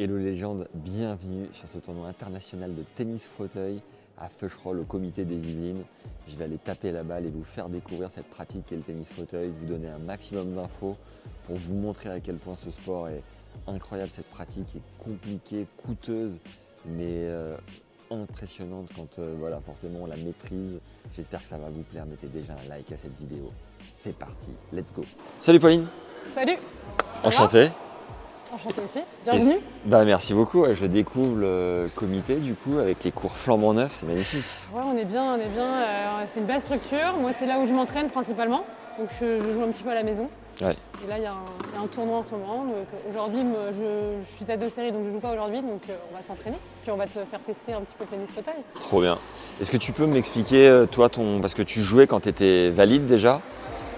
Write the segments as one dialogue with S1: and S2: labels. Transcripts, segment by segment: S1: Hello légende, bienvenue sur ce tournoi international de tennis fauteuil à Feucherolles au comité des Yvelines. Je vais aller taper la balle et vous faire découvrir cette pratique qu'est le tennis fauteuil, vous donner un maximum d'infos pour vous montrer à quel point ce sport est incroyable, cette pratique est compliquée, coûteuse, mais euh, impressionnante quand euh, voilà, forcément on la maîtrise. J'espère que ça va vous plaire, mettez déjà un like à cette vidéo. C'est parti, let's go. Salut Pauline,
S2: Salut va
S1: enchanté.
S2: Enchanté aussi,
S1: Et
S2: bienvenue.
S1: c- Bah merci beaucoup, ouais, je découvre le comité du coup avec les cours flambant neufs, c'est magnifique.
S2: Ah Ouais, on est bien, on est bien. euh, c'est une belle structure. Moi, c'est là où je m'entraîne principalement. Donc, je, je joue un petit peu à la maison.
S1: Ouais.
S2: Et là, il y, a un- il y a un tournoi en ce moment. Donc, euh, aujourd'hui, me- je, je suis à deux séries, donc je joue pas aujourd'hui. Donc, euh, on va s'entraîner. Puis, on va te faire tester un petit peu le tennis fauteuil.
S1: Trop bien. Est-ce que tu peux m'expliquer euh, toi ton. Parce que tu jouais quand tu étais valide déjà,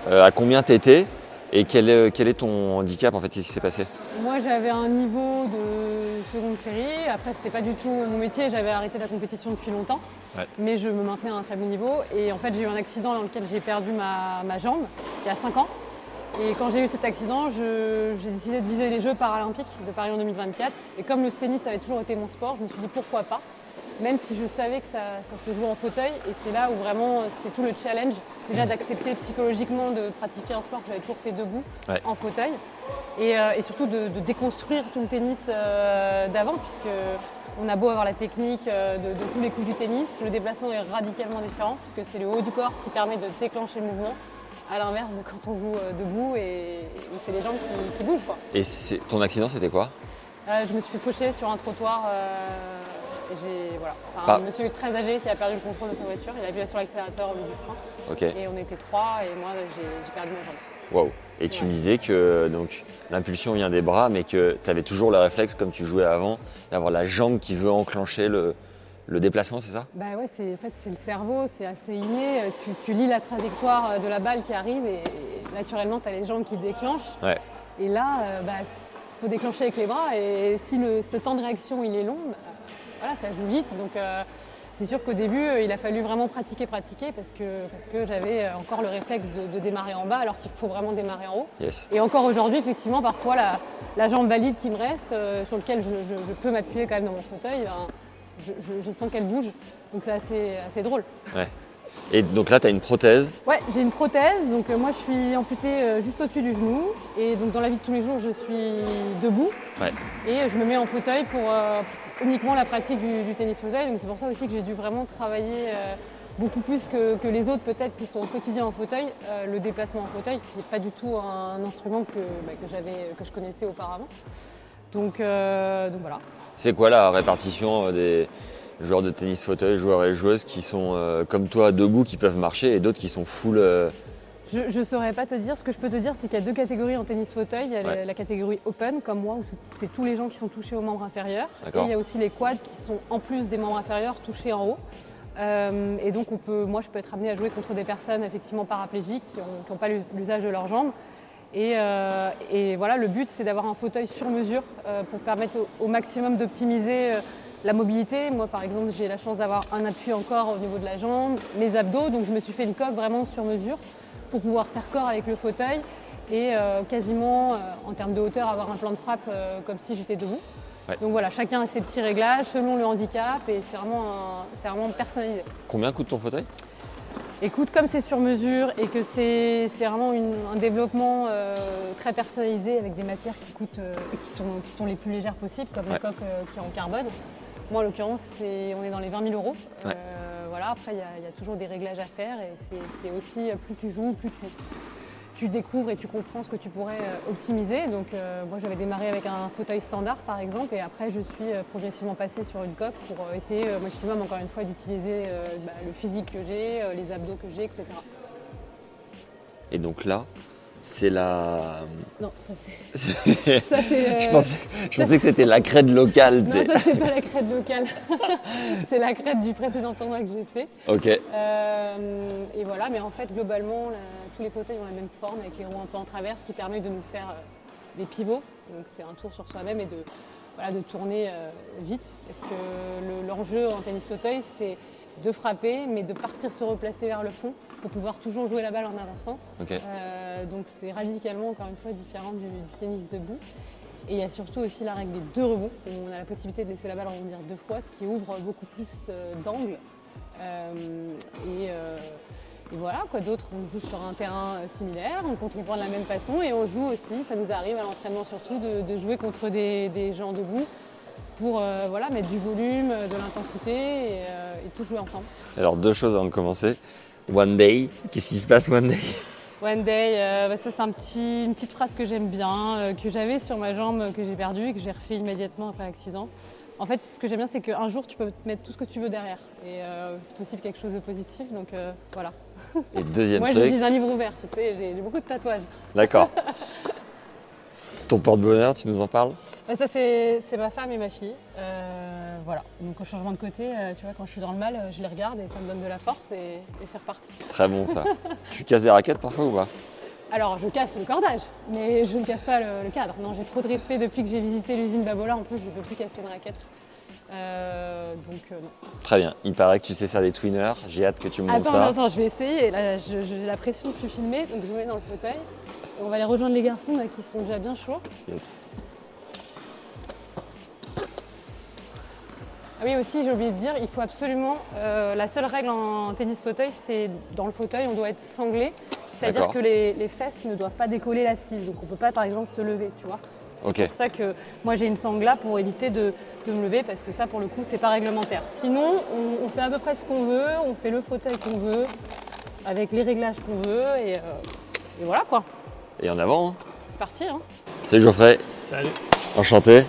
S1: euh, à combien t'étais et quel est, quel est ton handicap en fait, qu'est-ce qui s'est passé
S2: Moi, j'avais un niveau de seconde série. Après, c'était pas du tout mon métier. J'avais arrêté la compétition depuis longtemps.
S1: Ouais.
S2: Mais je me maintenais à un très bon niveau. Et en fait, j'ai eu un accident dans lequel j'ai perdu ma, ma jambe il y a 5 ans. Et quand j'ai eu cet accident, je- j'ai décidé de viser les Jeux paralympiques de Paris en 2024. Et comme le tennis avait toujours été mon sport, je me suis dit pourquoi pas. Même si je savais que ça, ça se joue en fauteuil, et c'est là où vraiment euh, c'était tout le challenge, déjà d'accepter psychologiquement de pratiquer un sport que j'avais toujours fait debout,
S1: Ouais.
S2: en fauteuil et, euh, et surtout de, de déconstruire tout le tennis euh, d'avant, puisque on a beau avoir la technique euh, de, de tous les coups du tennis, le déplacement est radicalement différent, puisque c'est le haut du corps qui permet de déclencher le mouvement, à l'inverse de quand on joue euh, debout et, et c'est les jambes qui, qui bougent. Quoi.
S1: Et c'est- ton accident c'était quoi
S2: Euh, je me suis fauchée sur un trottoir. euh, et j'ai, voilà, par
S1: Bah.
S2: un monsieur très âgé qui a perdu le contrôle de sa voiture, il a appuyé sur l'accélérateur au lieu du frein
S1: Ok,
S2: et on était trois et moi j'ai, j'ai perdu ma jambe.
S1: waouh. Et tu
S2: Ouais.
S1: me disais que euh, donc l'impulsion vient des bras, mais que tu avais toujours le réflexe, comme tu jouais avant, d'avoir la jambe qui veut enclencher le, le déplacement, c'est ça
S2: Bah ouais, c'est en fait c'est le cerveau, c'est assez inné. Euh, Tu, tu lis la trajectoire euh, de la balle qui arrive et, et naturellement tu as les jambes qui déclenchent.
S1: Ouais.
S2: Et là, euh, bah, s- faut déclencher avec les bras et si le, ce temps de réaction il est long, bah, voilà, ça joue vite. Donc euh, c'est sûr qu'au début euh, il a fallu vraiment pratiquer, pratiquer parce que parce que j'avais euh, encore le réflexe de, de démarrer en bas alors qu'il faut vraiment démarrer en haut.
S1: Yes.
S2: Et encore aujourd'hui, effectivement, parfois la, la jambe valide qui me reste, euh, sur laquelle je, je- je peux m'appuyer quand même dans mon fauteuil, ben, je, je- je sens qu'elle bouge. Donc c'est assez, assez drôle.
S1: Et donc là tu as une prothèse.
S2: Ouais, j'ai une prothèse. Donc euh, moi, je suis amputée euh, juste au-dessus du genou. Et donc dans la vie de tous les jours, je suis debout.
S1: Ouais.
S2: Et je me mets en fauteuil pour euh, uniquement la pratique du, du tennis fauteuil. Donc c'est pour ça aussi que j'ai dû vraiment travailler. euh, Beaucoup plus que, que les autres peut-être qui sont au quotidien en fauteuil, euh, le déplacement en fauteuil, qui n'est pas du tout un instrument que, bah, que, j'avais- que je connaissais auparavant. Donc, euh, donc voilà.
S1: C'est quoi la répartition euh, des joueurs de tennis fauteuil, joueurs et joueuses qui sont euh, comme toi debout, qui peuvent marcher, et d'autres qui sont full euh,
S2: Je ne saurais pas te dire. Ce que je peux te dire, c'est qu'il y a deux catégories en tennis fauteuil. Il y a
S1: Ouais.
S2: la, la catégorie open, comme moi, où c'est- c'est tous les gens qui sont touchés aux membres inférieurs. Et
S1: D'accord.
S2: il y a aussi les quads qui sont, en plus des membres inférieurs, touchés en haut. Euh, et donc, on peut, moi, je peux être amenée à jouer contre des personnes effectivement paraplégiques qui n'ont pas l'u- l'usage de leurs jambes. Et, euh, et voilà, le but, c'est d'avoir un fauteuil sur mesure euh, pour permettre au, au maximum d'optimiser euh, la mobilité. Moi, par exemple, j'ai la chance d'avoir un appui encore au niveau de la jambe, mes abdos. Donc, je me suis fait une coque vraiment sur mesure pour pouvoir faire corps avec le fauteuil et euh, quasiment, euh, en termes de hauteur, avoir un plan de frappe euh, comme si j'étais debout.
S1: Ouais.
S2: Donc voilà, chacun a ses petits réglages selon le handicap et c'est vraiment, un- c'est vraiment personnalisé.
S1: Combien coûte ton fauteuil
S2: Écoute, comme c'est sur mesure et que c'est c'est vraiment une- un développement euh, très personnalisé avec des matières qui coûtent, euh, qui, sont, qui sont les plus légères possibles, comme
S1: Ouais.
S2: la coque euh, qui est en carbone. Moi, en l'occurrence, c'est- on est dans les 20 000 euros. Euh,
S1: Ouais.
S2: voilà, après, il y a- il y, a toujours des réglages à faire et c'est- c'est aussi euh, plus tu joues, plus tu, tu découvres et tu comprends ce que tu pourrais euh, optimiser. Donc, euh, moi, j'avais démarré avec un fauteuil standard, par exemple, et après, je suis euh, progressivement passée sur une coque pour euh, essayer euh, au maximum, encore une fois, d'utiliser euh, bah, le physique que j'ai, euh, les abdos que j'ai, etc.
S1: Et donc là, C'est la.
S2: Non, ça c'est.
S1: je
S2: ça, c'est, euh,
S1: pensais, je pensais que c'était la crête locale, tu
S2: Non,
S1: sais.
S2: ça c'est pas la crête locale. c'est la crête du précédent tournoi que j'ai fait.
S1: Ok.
S2: Euh, et voilà, mais en fait, globalement, la- tous les fauteuils ont la même forme avec les roues un peu en travers, ce qui permet de nous faire euh, des pivots. Donc c'est un tour sur soi-même et de, voilà, de tourner euh, vite. Parce que le- l'enjeu en tennis fauteuil, c'est de frapper, mais de partir se replacer vers le fond pour pouvoir toujours jouer la balle en avançant.
S1: Ok.
S2: Euh, donc c'est radicalement, encore une fois, différent du, du tennis debout. Et il y a surtout aussi la règle des deux rebonds, où on a la possibilité de laisser la balle rebondir deux fois, ce qui ouvre beaucoup plus euh, d'angles. Euh, et, euh, et voilà, quoi d'autre On joue sur un terrain euh, similaire, on contribue de la même façon et on joue aussi, ça nous arrive à l'entraînement surtout, de, de jouer contre des, des gens debout pour euh, voilà, mettre du volume, euh, de l'intensité et, euh, et tout jouer ensemble.
S1: Alors, deux choses avant de commencer. One day, qu'est-ce qui se passe one day
S2: One day, euh, bah, ça c'est un petit- une petite phrase que j'aime bien, euh, que j'avais sur ma jambe, euh, que j'ai perdue et que j'ai refait immédiatement après l'accident. En fait, ce que j'aime bien, c'est qu'un jour, tu peux te mettre tout ce que tu veux derrière. Et euh, c'est possible quelque chose de positif, donc euh, voilà.
S1: Et deuxième
S2: Moi, je
S1: truc.
S2: suis un livre ouvert, tu sais, j'ai j'ai beaucoup de tatouages.
S1: D'accord. Ton porte-bonheur, tu nous en parles
S2: Bah, ça, c'est c'est ma femme et ma fille. Euh, voilà. Donc, au changement de côté, euh, tu vois, quand je suis dans le mal, euh, je les regarde et ça me donne de la force et, et c'est reparti.
S1: Très bon, ça. tu casses des raquettes parfois ou pas
S2: Alors, je casse le cordage, mais je ne casse pas le, le cadre. Non, j'ai trop de respect depuis que j'ai visité l'usine Babola. En plus, je ne peux plus casser une raquette. Euh, donc, euh, non.
S1: Très bien. Il paraît que tu sais faire des twinners. J'ai hâte que tu me montres
S2: Attends,
S1: ça.
S2: attends, je vais essayer. Et Là, je- je- j'ai la pression que tu filmais, donc je me mets dans le fauteuil. Et on va aller rejoindre les garçons là, qui sont déjà bien chauds.
S1: Yes.
S2: Ah oui, aussi, j'ai oublié de dire, il faut absolument. euh, la seule règle en tennis fauteuil, c'est dans le fauteuil, on doit être sanglé. C'est-à-dire
S1: D'accord.
S2: que les, les fesses ne doivent pas décoller l'assise. Donc, on ne peut pas, par exemple, se lever, tu vois. C'est
S1: Ok.
S2: pour ça que moi, j'ai une sangle là pour éviter de, de me lever, parce que ça, pour le coup, c'est pas réglementaire. Sinon, on, on fait à peu près ce qu'on veut, on fait le fauteuil qu'on veut, avec les réglages qu'on veut, et, euh, et voilà quoi.
S1: Et en avant. hein.
S2: C'est parti. Hein.
S1: Salut Geoffrey.
S3: Salut,
S1: Enchanté.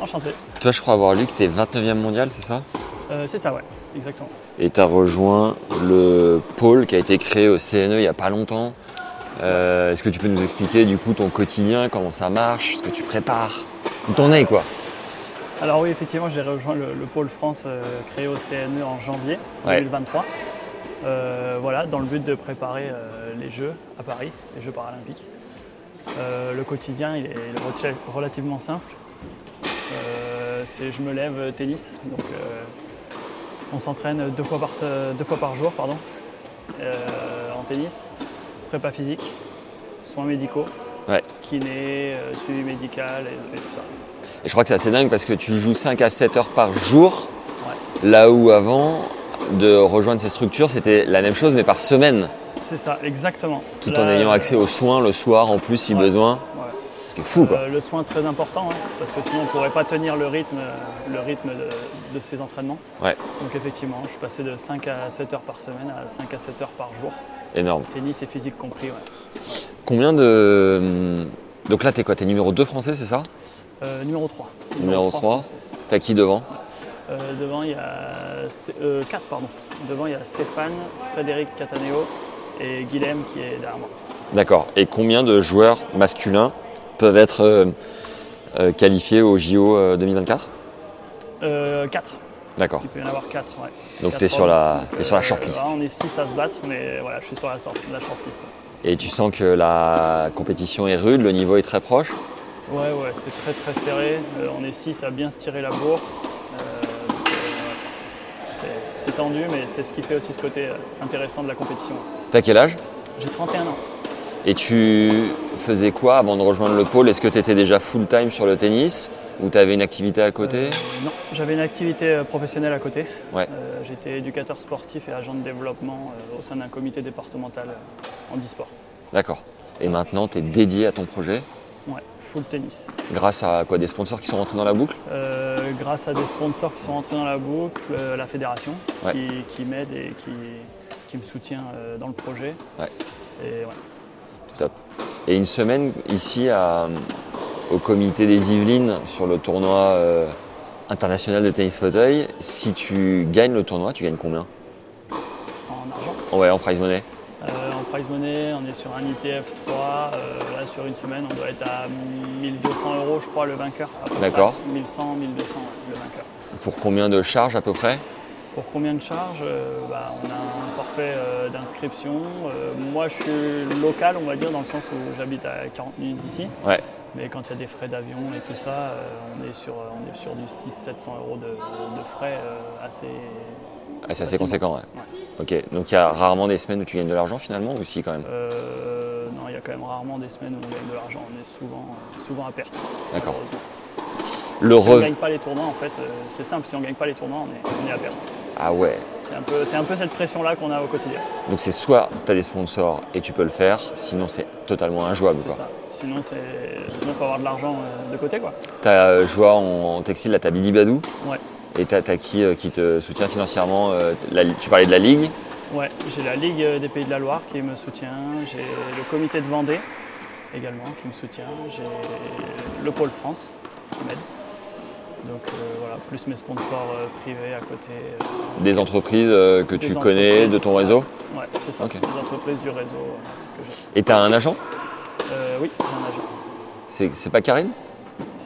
S3: enchanté.
S1: Toi, je crois avoir lu que t'es 29e mondial, c'est ça
S3: Euh, c'est ça, ouais, exactement.
S1: Et t'as rejoint le pôle qui a été créé au CNE il y a pas longtemps. Euh, Est-ce que tu peux nous expliquer du coup ton quotidien, comment ça marche, ce que tu prépares, où t'en es quoi
S3: Alors oui, effectivement, j'ai rejoint le, le pôle France euh, créé au CNE en janvier
S1: Ouais.
S3: 2023. Euh, voilà, dans le but de préparer euh, les Jeux à Paris, les Jeux paralympiques. Euh, le quotidien, il est re- relativement simple. Euh, c'est je me lève euh, tennis, donc euh, on s'entraîne deux fois par se- deux fois par jour, pardon, euh, en tennis, prépa physique, soins médicaux,
S1: Ouais.
S3: kiné, euh, suivi médical et- et tout ça.
S1: Et je crois que c'est assez dingue parce que tu joues 5 à 7 heures par jour,
S3: Ouais.
S1: là où avant de rejoindre ces structures, c'était la même chose mais par semaine,
S3: C'est ça, exactement.
S1: tout
S3: Là,
S1: en ayant
S3: euh,
S1: accès aux soins le soir en plus si
S3: ouais.
S1: besoin.
S3: ouais.
S1: Ce qui est fou quoi.
S3: Euh, le soin très important, hein, parce que sinon on ne pourrait pas tenir le rythme, euh, le rythme de, de ces entraînements.
S1: Ouais,
S3: Donc effectivement, je suis passé de 5 à 7 heures par semaine à 5 à 7 heures par jour,
S1: énorme.
S3: tennis et physique compris. ouais.
S1: Combien de. hum, Donc là, t'es quoi T'es numéro 2 français, c'est ça
S3: Euh, numéro 3.
S1: Numéro 3 T'as qui devant
S3: devant il y a 4 pardon. Devant il y a Stéphane, Frédéric Cataneo et Guilhem qui est derrière moi.
S1: D'accord. Et combien de joueurs masculins peuvent être euh, euh, qualifiés au JO euh, 2024
S3: 4.
S1: D'accord.
S3: Il peut y en avoir 4. Ouais.
S1: Donc,
S3: Quatre
S1: t'es sur la-
S3: hommes. Donc,
S1: t'es sur la shortlist.
S3: voilà, on est 6 à se battre, mais voilà, je suis sur la, sort- la shortlist.
S1: Et tu sens que la compétition est rude, le niveau est très proche.
S3: Ouais, ouais, c'est très très serré. Euh, on est 6 à bien se tirer la bourre. Euh, donc, euh, ouais. C'est- c'est tendu, mais c'est ce qui fait aussi ce côté euh, intéressant de la compétition.
S1: T'as quel âge
S3: J'ai 31 ans.
S1: Et tu faisais quoi avant de rejoindre le pôle Est-ce que t'étais déjà full-time sur le tennis Ou t'avais une activité à côté
S3: Euh, Non, j'avais une activité euh, professionnelle à côté.
S1: Ouais.
S3: Euh, J'étais éducateur sportif et agent de développement euh, au sein d'un comité départemental euh, en e-sport.
S1: D'accord. Et maintenant, t'es dédié à ton projet
S3: Ouais, full tennis.
S1: grâce à quoi Des sponsors qui sont rentrés dans la boucle
S3: Euh, grâce à des sponsors qui sont rentrés dans la boucle, euh, la fédération
S1: Ouais.
S3: qui, qui m'aide et qui, qui me soutient euh, dans le projet.
S1: Ouais.
S3: Et ouais.
S1: Top. Et une semaine ici à- au comité des Yvelines sur le tournoi euh, international de tennis fauteuil, si tu gagnes le tournoi, tu gagnes combien
S3: en argent.
S1: Ouais, en prize money.
S3: Euh, en prize money, on est sur un ITF 3. euh, là, sur une semaine, on doit être à 1200 euros, je crois, le vainqueur. à peu près.
S1: D'accord.
S3: 1100, 1200, ouais, le vainqueur.
S1: Pour combien de charges à peu près Ah,
S3: Pour combien de charges Euh, bah, On a un forfait euh, d'inscription. Euh, moi, je suis local, on va dire, dans le sens où j'habite à 40 minutes d'ici.
S1: Ouais.
S3: Mais quand il y a des frais d'avion et tout ça, euh, on, est sur, on est sur du 600-700 euros de, de frais euh, assez.
S1: Ah, c'est assez
S3: facilement.
S1: conséquent, ouais.
S3: Ouais.
S1: Ok, donc il y a rarement des semaines où tu gagnes de l'argent finalement, ou si quand même
S3: Euh, non, il y a quand même rarement des semaines où on gagne de l'argent. On est souvent, euh, souvent à perte.
S1: D'accord.
S3: malheureusement.
S1: Le
S3: Si on ne
S1: re...
S3: gagne pas les tournois, en fait, euh, c'est simple. Si on ne gagne pas les tournois, on est, on est à perte.
S1: Ah ouais,
S3: C'est un peu, c'est un peu cette pression-là qu'on a au quotidien.
S1: donc c'est soit tu as des sponsors et tu peux le faire, sinon c'est totalement injouable.
S3: C'est
S1: quoi.
S3: ça. Sinon, c'est, sinon, faut avoir de l'argent euh, de côté, quoi.
S1: T'as euh, joueur en, en textile, là t'as Bidi Badou,
S3: Ouais.
S1: et t'as t'as qui euh, qui te soutient financièrement euh, la- Tu parlais de la ligue,
S3: Ouais, j'ai la Ligue euh, des Pays de la Loire qui me soutient, j'ai le comité de Vendée également qui me soutient, j'ai le Pôle France qui m'aide. Donc euh, voilà, plus mes sponsors euh, privés à côté. euh,
S1: des entreprises euh, que
S3: des
S1: tu connais,
S3: entreprises.
S1: de ton réseau,
S3: Ouais, c'est ça,
S1: Ok.
S3: des entreprises du réseau euh, que j'ai.
S1: et t'as un agent
S3: Euh, oui, j'ai un agent.
S1: C'est c'est pas Karine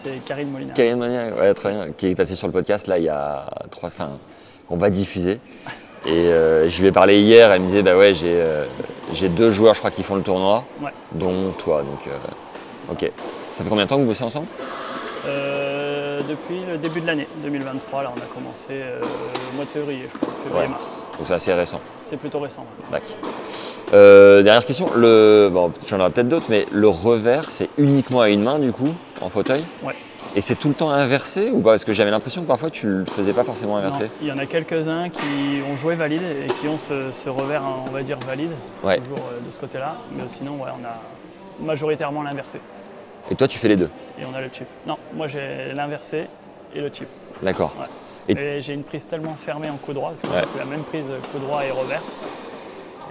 S3: C'est Karine Molina.
S1: Karine Mania, ouais, très bien, qui est passée sur le podcast là il y a trois, enfin, qu'on va diffuser. Et euh, je lui ai parlé hier, elle me disait bah ouais j'ai euh, j'ai deux joueurs je crois qui font le tournoi,
S3: Ouais.
S1: dont toi donc euh, ok. Ça fait combien de temps que vous bossez ensemble
S3: Euh, depuis le début de l'année 2023, là on a commencé euh, au mois de février, je crois, février-mars.
S1: Donc c'est assez récent.
S3: C'est plutôt récent. ouais.
S1: Dac. Euh, dernière question, le bon j'en aurai peut-être d'autres, mais le revers c'est uniquement à une main du coup en fauteuil.
S3: Ouais.
S1: Et c'est tout le temps inversé ou pas Parce que j'avais l'impression que parfois tu le faisais pas forcément inversé.
S3: Non, Il y en a quelques-uns qui ont joué valide et qui ont ce, ce revers, hein, on va dire, valide,
S1: Ouais.
S3: toujours euh, de ce côté-là. Mais sinon, ouais, on a majoritairement l'inversé.
S1: Et toi tu fais les deux.
S3: Et on a le chip. Non, moi j'ai l'inversé et le chip.
S1: D'accord.
S3: Ouais.
S1: Et-
S3: Et, j'ai une prise tellement fermée en coup droit, parce que
S1: Ouais.
S3: c'est la même prise euh, coup droit et revers.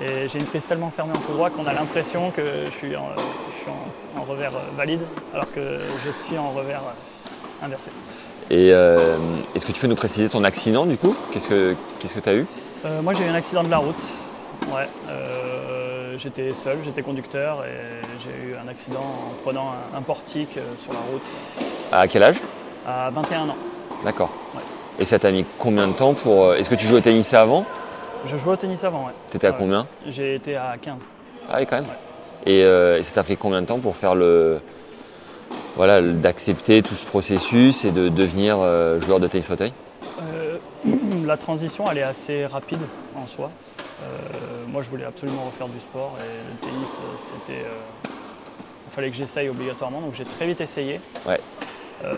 S3: Et j'ai une prise tellement fermée en coup droit qu'on a l'impression que je suis, en, je suis en- en revers euh, valide, alors que je suis en revers euh, inversé.
S1: Et euh, est-ce que tu peux nous préciser ton accident du coup Qu'est-ce que qu'est-ce que t'as eu
S3: Euh, moi j'ai eu un accident de la route. Ouais, euh, j'étais seul, j'étais conducteur et j'ai eu un accident en prenant un, un portique euh, sur la route
S1: À quel âge
S3: à 21 ans.
S1: D'accord.
S3: Ouais.
S1: Et ça t'a mis combien de temps pour euh, Est-ce que tu jouais au tennis avant
S3: Je jouais au tennis avant, ouais.
S1: T'étais à
S3: Ouais.
S1: combien
S3: J'ai été à 15.
S1: Ah oui quand même. Et, euh, et ça t'a pris combien de temps pour faire le voilà le- d'accepter tout ce processus et de devenir euh, joueur de tennis fauteuil
S3: Euh, la transition elle est assez rapide en soi. Euh, moi je voulais absolument refaire du sport et le tennis euh, c'était. euh, il fallait que j'essaye obligatoirement donc j'ai très vite essayé.
S1: Ouais.
S3: Euh,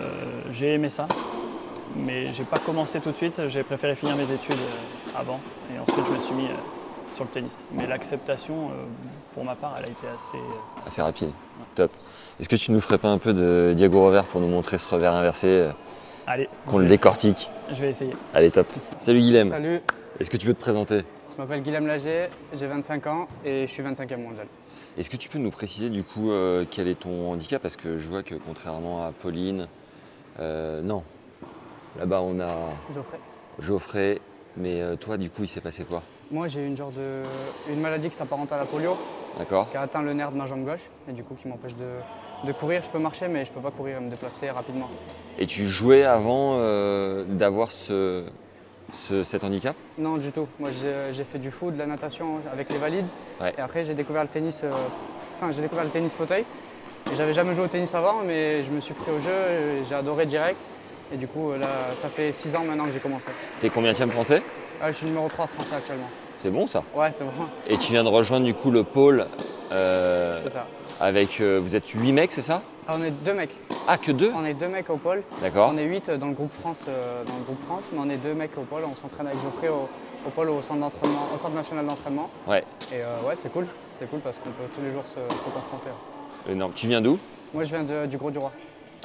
S3: j'ai aimé ça, mais j'ai pas commencé tout de suite, j'ai préféré finir mes études euh, avant et ensuite je me suis mis euh, sur le tennis. Mais l'acceptation euh, pour ma part elle a été assez. euh,
S1: Assez rapide. Top. Est-ce que tu nous ferais pas un peu de Diago revers pour nous montrer ce revers inversé euh,
S3: Allez,
S1: qu'on le
S3: je vais essayer.
S1: décortique
S3: Je vais essayer.
S1: Allez top. Salut Guilhem.
S4: Salut,
S1: Est-ce que tu peux te présenter
S4: je m'appelle Guillaume Lager, j'ai 25 ans et je suis 25e mondial.
S1: Est-ce que tu peux nous préciser du coup euh, quel est ton handicap Parce que je vois que contrairement à Pauline, euh, non. Là-bas on a
S4: Geoffrey
S1: Geoffrey, mais euh, toi du coup il s'est passé quoi
S4: Moi j'ai une genre de une maladie qui s'apparente à la polio,
S1: D'accord
S4: qui a atteint le nerf de ma jambe gauche et du coup qui m'empêche de, de courir. Je peux marcher mais je peux pas courir et me déplacer rapidement.
S1: Et tu jouais avant euh, d'avoir ce, ce- cet handicap
S4: Non du tout. Moi j'ai j'ai fait du foot, de la natation avec les valides.
S1: Ouais.
S4: Et après j'ai découvert le tennis. euh, Enfin j'ai découvert le tennis fauteuil. Et J'avais jamais joué au tennis avant mais je me suis pris au jeu, et j'ai adoré direct. Et du coup euh, là ça fait 6 ans maintenant que j'ai commencé.
S1: T'es combien tiens français
S4: Ah, je suis numéro 3 français actuellement.
S1: C'est bon ça
S4: Ouais c'est bon,
S1: Et tu viens de rejoindre du coup le pôle euh,
S4: c'est ça.
S1: avec... euh, vous êtes 8 mecs c'est ça
S4: Ah, on est deux mecs.
S1: Ah que deux
S4: On est deux mecs au pôle.
S1: D'accord.
S4: On est huit dans le groupe France, euh, dans le groupe France, mais on est deux mecs au pôle. On s'entraîne avec Geoffrey au, au pôle au centre d'entraînement, au centre national d'entraînement.
S1: Ouais,
S4: Et euh, ouais, c'est cool. C'est cool parce qu'on peut tous les jours se, se confronter.
S1: énorme. Tu viens d'où
S4: Moi, je viens de- du Gros du Roi,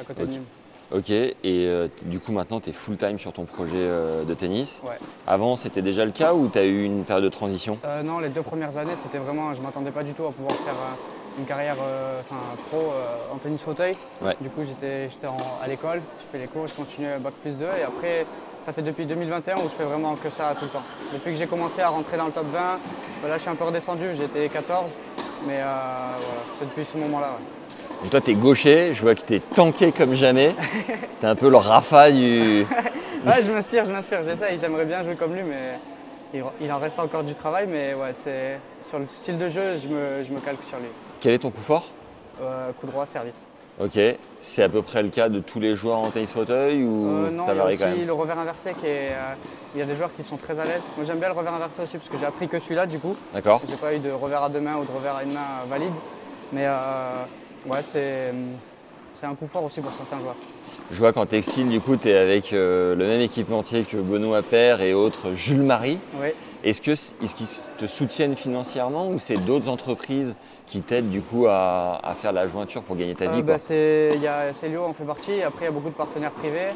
S4: à côté
S1: Ok.
S4: de Nîmes.
S1: Ok, et euh, t- du coup maintenant tu es full-time sur ton projet euh, de tennis.
S4: Ouais.
S1: Avant c'était déjà le cas ou tu as eu une période de transition
S4: Euh, non, les deux premières années, c'était vraiment, je m'attendais pas du tout à pouvoir faire euh, une carrière, euh, enfin pro euh, en tennis fauteuil.
S1: Ouais.
S4: Du coup, j'étais, j'étais en- à l'école, je fais les cours, je continuais bac plus 2 et après, ça Ça fait depuis 2021 où je fais vraiment que ça tout le temps. Depuis que j'ai commencé à rentrer dans le top 20, voilà, je suis un peu redescendu, j'étais 14, mais euh, voilà, c'est depuis ce moment-là. ouais.
S1: Donc toi, t'es gaucher, je vois que t'es tanké comme jamais. T'es un peu le Rafa du...
S4: Ouais, je m'inspire, je m'inspire, j'essaye, j'aimerais bien jouer comme lui, mais il, il en reste encore du travail, mais ouais, c'est sur le style de jeu, je me, je me calque sur lui.
S1: Quel est ton coup fort
S4: Euh, coup droit, service.
S1: Ok, c'est à peu près le cas de tous les joueurs en tennis fauteuil ou
S4: Euh, non,
S1: ça
S4: il y a
S1: varie quand
S4: aussi
S1: même
S4: le revers inversé qui est. euh, il y a des joueurs qui sont très à l'aise. Moi j'aime bien le revers inversé aussi parce que j'ai appris que celui-là du coup.
S1: D'accord
S4: J'ai pas eu de revers à deux mains ou de revers à une main euh, valide. Mais euh, ouais, c'est, c'est un coup fort aussi pour certains joueurs.
S1: Je vois qu'en textile, du coup, t'es avec euh, le même équipementier que Benoît Père et autres Jules Marie.
S4: Oui.
S1: Est-ce que est qu'ils te soutiennent financièrement ou c'est d'autres entreprises qui t'aident du coup à, à faire la jointure pour gagner ta
S4: Euh,
S1: vie
S4: bah,
S1: quoi
S4: c'est, il y a Célio en fait partie. Et après, il y a beaucoup de partenaires privés.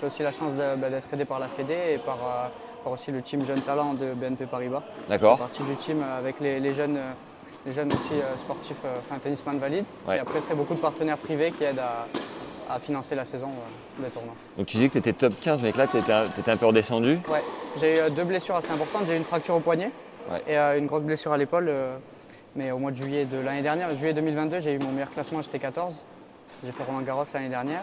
S4: J'ai aussi la chance de- bah, d'être aidé par la Fédé et par, euh, par aussi le team Jeunes Talents de BNP Paribas. Je fais
S1: D'accord
S4: partie du team euh, avec les, les jeunes, euh, les jeunes aussi euh, sportifs, euh, enfin tennisman valides.
S1: Ouais.
S4: Et après, c'est beaucoup de partenaires privés qui aident à, à financer la saison euh, des tournois.
S1: Donc tu disais que t'étais top 15, mais que là, t'étais un- t'étais un peu redescendu.
S4: Ouais, j'ai eu euh, deux blessures assez importantes. J'ai eu une fracture au poignet
S1: Ouais.
S4: et euh, une grosse blessure à l'épaule. euh, mais au mois de juillet de l'année dernière, juillet 2022, j'ai eu mon meilleur classement, j'étais 14. J'ai fait Roland Garros l'année dernière.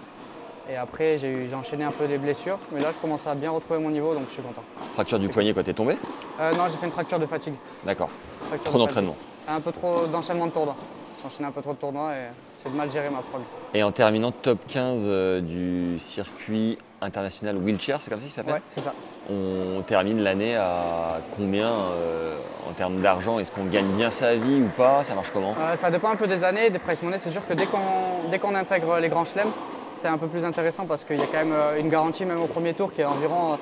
S4: Et après, j'ai eu- j'ai enchaîné un peu les blessures. Mais là, je commence à bien retrouver mon niveau, donc je suis content.
S1: Fracture du poignet, quoi, t'es tombé
S4: Euh, non, j'ai fait une fracture de fatigue.
S1: D'accord.
S4: Fracture
S1: Trop
S4: de
S1: d'entraînement.
S4: fatigue. Un peu trop d'enchaînement de tournois. J'enchaîne un peu trop de tournois et c'est de mal gérer ma prog.
S1: Et en terminant top 15 euh, du circuit international wheelchair, c'est comme ça qu'il s'appelle
S4: Ouais, c'est ça.
S1: On termine l'année à combien euh, en termes d'argent Est-ce qu'on gagne bien sa vie ou pas Ça marche comment
S4: Euh, ça dépend un peu des années, des price money. C'est sûr que dès qu'on dès qu'on intègre euh, les grands chelems, c'est un peu plus intéressant parce qu'il y a quand même euh, une garantie, même au premier tour, qui est environ, euh,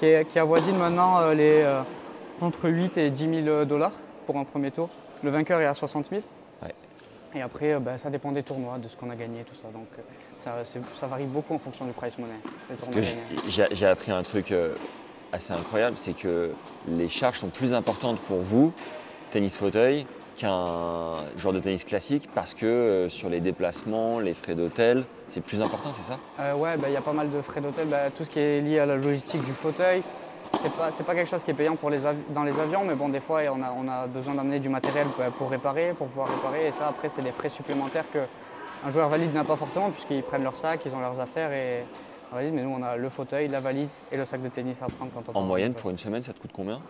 S4: qui, est- qui avoisine maintenant euh, les euh, entre 8 et 10 000 dollars pour un premier tour. Le vainqueur est à 60 000.
S1: Ouais.
S4: Et après, euh, bah, ça dépend des tournois, de ce qu'on a gagné, tout ça. Donc euh, ça, c'est- ça varie beaucoup en fonction du price money. les
S1: Parce
S4: tournois
S1: que j'ai-
S4: gagnés.
S1: j'ai j'ai appris un truc euh, assez incroyable, c'est que les charges sont plus importantes pour vous, tennis fauteuil, qu'un joueur de tennis classique, parce que euh, sur les déplacements, les frais d'hôtel, c'est plus important, hein, c'est ça
S4: Euh, ouais, bah, il y a pas mal de frais d'hôtel, bah, tout ce qui est lié à la logistique du fauteuil. C'est pas, c'est pas quelque chose qui est payant pour les avi- dans les avions, mais bon, des fois, on a, on a besoin d'amener du matériel bah, pour réparer, pour pouvoir réparer. Et ça, après, c'est des frais supplémentaires qu'un joueur valide n'a pas forcément, puisqu'ils prennent leur sac, ils ont leurs affaires et la valise. Mais nous, on a le fauteuil, la valise et le sac de tennis à prendre quand on part
S1: En moyenne,
S4: voyage.
S1: pour une semaine, ça te coûte combien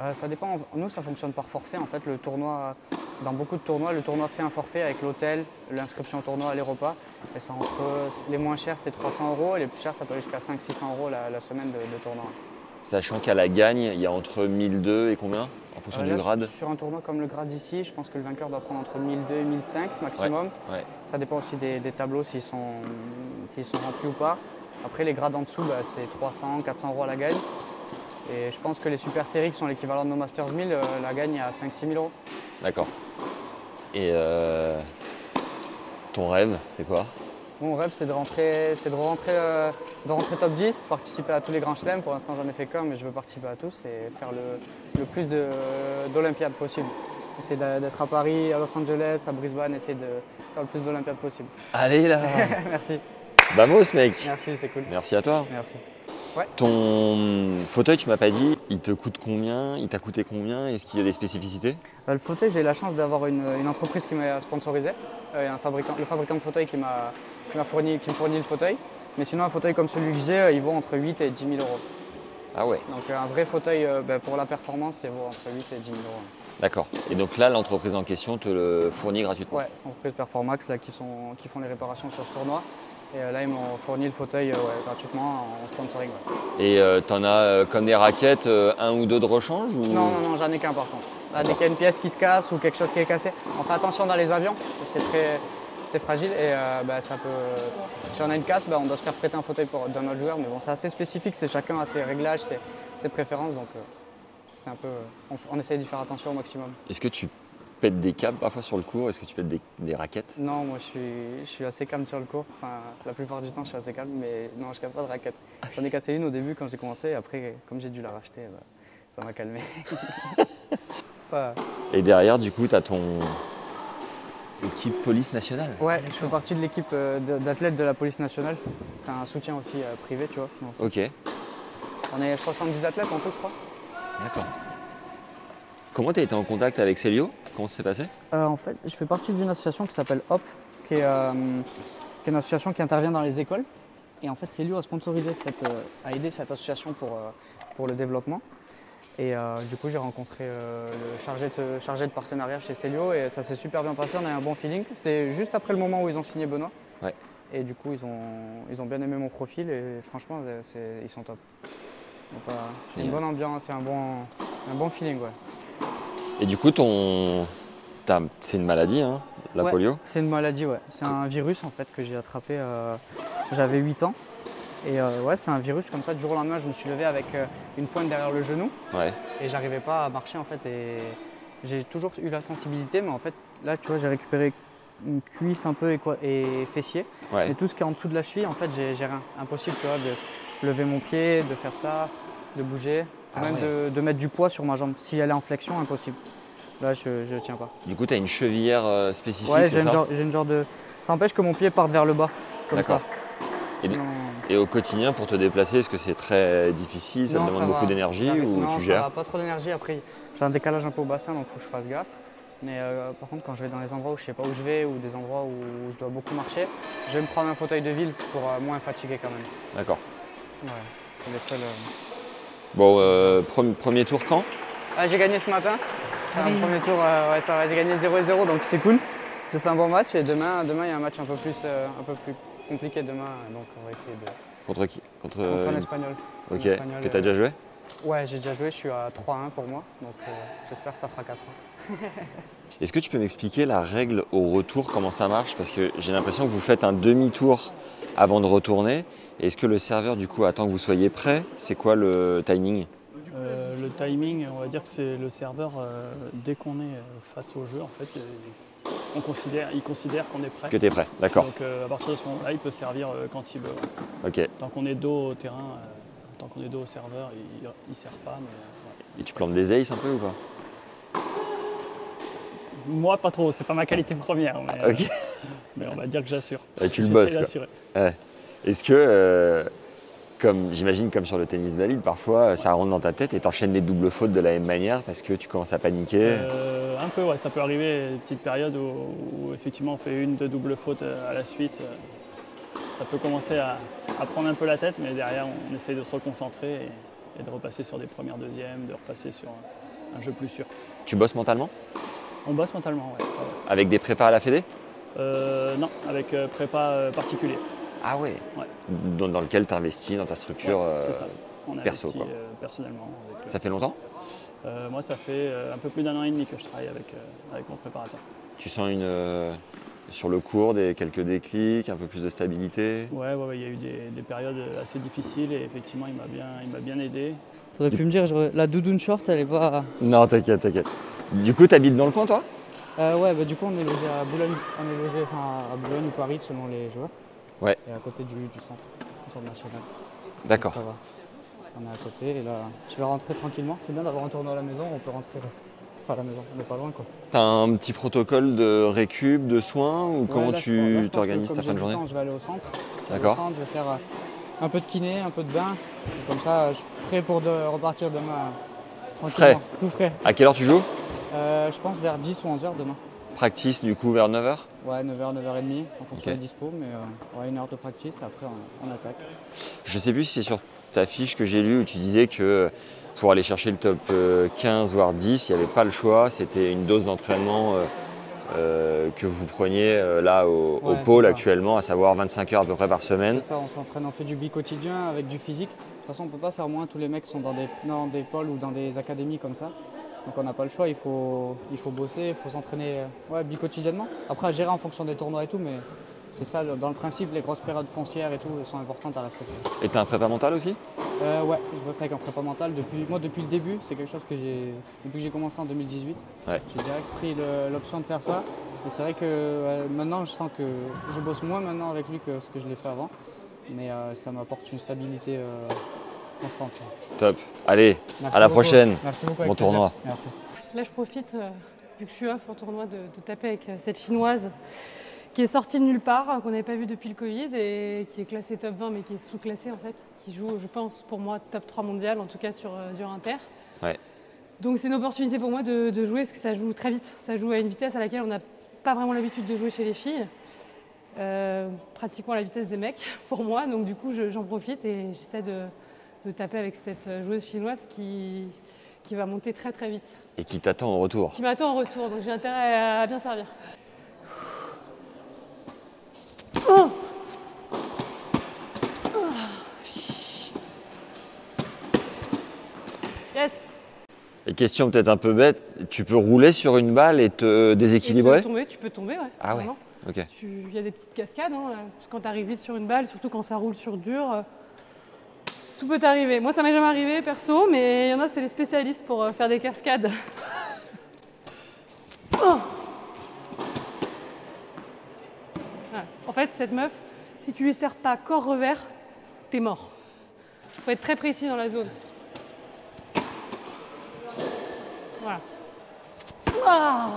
S4: Euh, ça dépend. Nous, ça fonctionne par forfait. En fait, le tournoi, dans beaucoup de tournois, le tournoi fait un forfait avec l'hôtel, l'inscription au tournoi, les repas. Et c'est entre les moins chers, c'est 300 euros. Et les plus chers, ça peut aller jusqu'à 500-600 euros la, la semaine de, de tournoi.
S1: Sachant qu'à la gagne, il y a entre 1002 et combien En fonction
S4: Euh,
S1: du
S4: là,
S1: grade
S4: Sur un tournoi comme le grade ici, je pense que le vainqueur doit prendre entre 1002 et 1005 maximum.
S1: Ouais.
S4: Ça dépend aussi des, des tableaux s'ils sont, s'ils sont remplis ou pas. Après, les grades en dessous, bah, c'est 300, 400 euros à la gagne. Et je pense que les super séries qui sont l'équivalent de nos Masters 1000, euh, la gagne est à 5-6 000 euros.
S1: D'accord. Et euh, ton rêve, c'est quoi
S4: Mon rêve, c'est de rentrer, c'est de rentrer, euh, de rentrer top 10, de participer à tous les grands chelems. Pour l'instant, j'en ai fait qu'un, mais je veux participer à tous et faire le, le plus de- d'Olympiades possible. Essayer d'a- d'être à Paris, à Los Angeles, à Brisbane, essayer de faire le plus d'Olympiades possible.
S1: Allez là
S4: Merci,
S1: Vamos mec
S4: merci, c'est cool.
S1: Merci à toi.
S4: Merci.
S1: Ton fauteuil, tu m'as pas dit, il te coûte combien Il t'a coûté combien Est-ce qu'il y a des spécificités
S4: Euh, Le fauteuil, j'ai eu la chance d'avoir une, une entreprise qui m'a sponsorisé, euh, un fabricant, le fabricant de fauteuils qui m'a qui m'a fourni, qui me fournit le fauteuil. Mais sinon, un fauteuil comme celui que j'ai, euh, il vaut entre 8 et 10 000 euros.
S1: Ah ouais,
S4: Donc euh, un vrai fauteuil euh, ben, pour la performance, il vaut entre 8 et 10 000 euros.
S1: d'accord. Et donc là, l'entreprise en question te le fournit gratuitement.
S4: Ouais, c'est l'entreprise Performax là, qui, sont, qui font les réparations sur ce tournoi. Et euh, là, ils m'ont fourni le fauteuil euh, ouais, gratuitement en sponsoring. ouais.
S1: Et euh, t'en as euh, comme des raquettes, euh, un ou deux de rechange ou...
S4: Non, non, non, j'en ai qu'un par contre. Là, dès qu'il y a une pièce qui se casse ou quelque chose qui est cassé, on fait attention dans les avions, c'est très c'est fragile et euh, bah, ça peut. Si on a une casse, bah, on doit se faire prêter un fauteuil pour- d'un autre joueur. Mais bon, c'est assez spécifique, c'est chacun a ses réglages, ses, ses préférences. Donc, euh, c'est un peu. euh, on, f- on essaye d'y faire attention au maximum.
S1: Est-ce que tu pètes des câbles parfois sur le cours Est-ce que tu pètes des, des raquettes
S4: Non, moi je suis, je suis assez calme sur le cours. Enfin, la plupart du temps, je suis assez calme, mais non, je casse pas de raquette. J'en ai cassé une au début quand j'ai commencé, et après, comme j'ai dû la racheter, bah, ça m'a calmé. Pas-
S1: Et derrière, du coup, t'as ton équipe police nationale.
S4: Ouais, je fais partie de l'équipe euh, de- d'athlètes de la police nationale. C'est un soutien aussi euh, privé, tu vois. Donc,
S1: Ok.
S4: on On est 70 athlètes en tout, je crois.
S1: D'accord. Comment tu as été en contact avec Célio Comment ça s'est passé
S4: Euh, en fait, je fais partie d'une association qui s'appelle HOP, qui est, euh, qui est une association qui intervient dans les écoles. Et en fait, Célio a sponsorisé, cette, euh, a aidé cette association pour, euh, pour le développement. Et euh, du coup, j'ai rencontré euh, le chargé de, chargé de partenariat chez Célio et ça s'est super bien passé, on a eu un bon feeling. C'était juste après le moment où ils ont signé Benoît.
S1: Ouais.
S4: Et du coup, ils ont, ils ont bien aimé mon profil et franchement, euh, c'est- ils sont top. Donc, euh, j'ai une
S1: Génial.
S4: bonne ambiance et un bon, un bon feeling. Ouais.
S1: Et du coup, ton... t'as- c'est une maladie, hein, la
S4: Ouais,
S1: polio
S4: C'est une maladie, ouais. C'est un virus en fait que j'ai attrapé. euh, J'avais 8 ans. Et euh, ouais, c'est un virus comme ça. Du jour au lendemain, je me suis levé avec euh, une pointe derrière le genou
S1: Ouais.
S4: et j'arrivais pas à marcher en fait. Et j'ai toujours eu la sensibilité, mais en fait, là, tu vois, j'ai récupéré une cuisse un peu et, quoi- et fessier.
S1: ouais.
S4: Mais tout ce qui est en dessous de la cheville, en fait, j'ai j'ai rien. Impossible, tu vois, de lever mon pied, de faire ça, de bouger,
S1: Ah
S4: même de, de mettre du poids sur ma jambe. Si elle est en flexion, impossible. Là, je, je tiens pas.
S1: Du coup, tu as une chevillère euh, spécifique,
S4: Ouais, j'ai
S1: c'est
S4: une,
S1: ça
S4: genre, j'ai une genre de. Ça empêche que mon pied parte vers le bas, comme
S1: D'accord.
S4: ça.
S1: Et du-
S4: Sinon-
S1: Et au quotidien, pour te déplacer, est-ce que c'est très difficile Ça
S4: Non,
S1: te demande beaucoup
S4: va.
S1: d'énergie
S4: Ça va-
S1: ou
S4: non,
S1: tu
S4: ça
S1: gères
S4: va, pas trop d'énergie. Après, j'ai un décalage un peu au bassin, donc faut que je fasse gaffe. Mais euh, par contre, quand je vais dans des endroits où je sais pas où je vais ou des endroits où je dois beaucoup marcher, je vais me prendre un fauteuil de ville pour euh, moins fatiguer quand même.
S1: D'accord.
S4: Ouais, c'est le seul. euh.
S1: Bon, euh, prom- premier tour quand
S4: Ah, j'ai gagné ce matin. J'ai Un premier tour, euh, ouais, ça va, j'ai gagné 0-0, donc c'est cool. J'ai fait un bon match et demain, demain il y a un match un peu plus, euh, un peu plus compliqué demain, donc on va essayer de.
S1: Contre qui Contre.
S4: Contre
S1: euh,
S4: un espagnol.
S1: Ok,
S4: un Espagnol,
S1: que t'as
S4: euh,
S1: déjà joué
S4: Ouais, j'ai déjà joué, je suis à 3-1 pour moi, donc euh, j'espère que ça fera 4
S1: Est-ce que tu peux m'expliquer la règle au retour, comment ça marche Parce que j'ai l'impression que vous faites un demi-tour avant de retourner. Est-ce que le serveur, du coup, attend que vous soyez prêt C'est quoi le timing
S3: Euh, le timing, on va dire que c'est le serveur, euh, dès qu'on est euh, face au jeu, en fait, euh, on considère, il considère qu'on est prêt.
S1: Que t'es prêt, d'accord.
S3: Donc euh, à partir de ce moment-là, il peut servir euh, quand il veut. ouais.
S1: Ok. Et
S3: Tant qu'on est dos au terrain, euh, tant qu'on est dos au serveur, il ne sert pas. mais, euh,
S1: tu plantes des aces un peu ou pas
S3: ouais. Moi, pas trop, c'est pas ma qualité première, mais, euh,
S1: Ok.
S3: mais on va dire que j'assure.
S1: Et Euh, tu le
S3: J'essaie
S1: bosses, quoi.
S3: d'assurer.
S1: Est-ce que, euh, comme j'imagine comme sur le tennis valide, parfois euh, ça rentre dans ta tête et t'enchaînes les doubles fautes de la même manière parce que tu commences à paniquer
S3: Euh, un peu, ouais, ça peut arriver, une petite période où, où effectivement on fait une, deux doubles fautes euh, à la suite. euh, Ça peut commencer à, à prendre un peu la tête, mais derrière on essaye de se reconcentrer et, et de repasser sur des premières, deuxièmes, de repasser sur un, un jeu plus sûr.
S1: Tu bosses mentalement
S3: On bosse mentalement, ouais. ouais.
S1: Avec des prépas à la Fédé
S3: Euh, non, avec euh, prépa euh, particulier.
S1: Ah ouais,
S3: Ouais.
S1: dans, dans lequel tu investis dans ta structure
S3: Ouais,
S1: euh,
S3: c'est ça. On
S1: perso,
S3: investit,
S1: quoi.
S3: euh, personnellement. avec le-
S1: Ça fait longtemps
S3: Euh, moi, ça fait euh, un peu plus d'un an et demi que je travaille avec, euh, avec mon préparateur.
S1: Tu sens une euh, sur le cours des quelques déclics, un peu plus de stabilité.
S3: Ouais, ouais, ouais, il y a eu des, des périodes euh, assez difficiles et effectivement, il m'a bien, il m'a bien aidé.
S4: T'aurais pu me dire, j'aurais- la doudoune short, elle est pas.
S1: Non, t'inquiète, t'inquiète. Du coup, t'habites dans le coin, toi
S4: Euh, ouais, bah du coup, on est logé à Boulogne, on est logé enfin, à Boulogne ou Paris selon les joueurs.
S1: Ouais.
S4: Et à côté du, du centre international.
S1: D'accord.
S4: Ça va. On est à côté et là, tu vas rentrer tranquillement. C'est bien d'avoir un tournoi à la maison, on peut rentrer. là. Enfin, à la maison, on n'est pas loin quoi.
S1: T'as un petit protocole de récup, de soins ou comment
S4: Ouais, là, je pense- là, je pense
S1: tu
S4: que
S1: t'organises
S4: comme
S1: ta
S4: j'ai
S1: fin de
S4: du
S1: journée
S4: temps, Je vais aller au centre. Je vais aller au
S1: D'accord.
S4: centre, Je vais faire euh, un peu de kiné, un peu de bain. Et comme ça, euh, je suis prêt pour de repartir demain. euh, tranquillement. Tout frais.
S1: À quelle heure tu joues
S4: Euh, je pense vers 10 ou 11h demain.
S1: Practice du coup vers 9h
S4: Ouais, 9h, 9h30, en fonction
S1: Ok.
S4: des dispo, mais euh, ouais, une heure de practice et après on, on attaque.
S1: Je sais plus si c'est sur ta fiche que j'ai lue où tu disais que pour aller chercher le top euh, 15 voire 10, il n'y avait pas le choix, c'était une dose d'entraînement euh, euh, que vous preniez euh, là au, au
S4: Ouais, c'est
S1: pôle
S4: ça.
S1: actuellement, à savoir 25 heures à peu près par semaine.
S4: C'est ça, on s'entraîne, on fait du bi quotidien avec du physique. De toute façon, on peut pas faire moins, tous les mecs sont dans des, dans des pôles ou dans des académies comme ça. Donc on n'a pas le choix, il faut, il faut bosser, il faut s'entraîner euh, ouais, bi quotidiennement. Après, à gérer en fonction des tournois et tout, mais c'est ça, le- dans le principe, les grosses périodes foncières et tout elles sont importantes à respecter.
S1: Et t'as un prépa mental aussi
S4: Euh, ouais, je bosse avec un prépa mental depuis, moi depuis le début, c'est quelque chose que j'ai, depuis que j'ai commencé en 2018,
S1: Ouais.
S4: j'ai direct pris le- l'option de faire ça. Et c'est vrai que euh, maintenant je sens que je bosse moins maintenant avec lui que ce que je l'ai fait avant, mais euh, ça m'apporte une stabilité euh, constante.
S1: Top. Allez,
S4: Merci
S1: à la
S4: beaucoup.
S1: prochaine.
S4: Merci beaucoup. avec
S1: Bon
S4: plaisir.
S1: tournoi.
S4: Merci.
S2: Là, je profite, euh, vu que je suis off en tournoi, de, de taper avec euh, cette chinoise qui est sorti de nulle part, hein, qu'on n'avait pas vu depuis le Covid et qui est classé top 20 mais qui est sous-classé en fait, qui joue, je pense, pour moi, top 3 mondial, en tout cas sur, euh, sur Inter.
S1: Ouais.
S2: Donc c'est une opportunité pour moi de, de jouer parce que ça joue très vite, ça joue à une vitesse à laquelle on n'a pas vraiment l'habitude de jouer chez les filles, euh, pratiquement à la vitesse des mecs pour moi, donc du coup je- j'en profite et j'essaie de, de taper avec cette joueuse chinoise qui, qui va monter très très vite,
S1: Et qui t'attend en retour.
S2: qui m'attend en retour, donc j'ai intérêt à bien servir. Yes
S1: Et question peut-être un peu bête, tu peux rouler sur une balle et te
S2: Tu
S1: déséquilibrer
S2: peux tomber, tu peux tomber, ouais.
S1: Ah ouais.
S2: vraiment.
S1: Ok.
S2: Tu- Il y a des petites cascades, hein, là. Parce que quand t'arrives vite sur une balle, surtout quand ça roule sur dur, euh, tout peut arriver. Moi, ça m'est jamais arrivé perso, mais il y en a, c'est les spécialistes pour euh, faire des cascades. Oh. Ouais. En fait, cette meuf, si tu lui sers pas corps revers, t'es mort. Faut être très précis dans la zone. Voilà. Ah.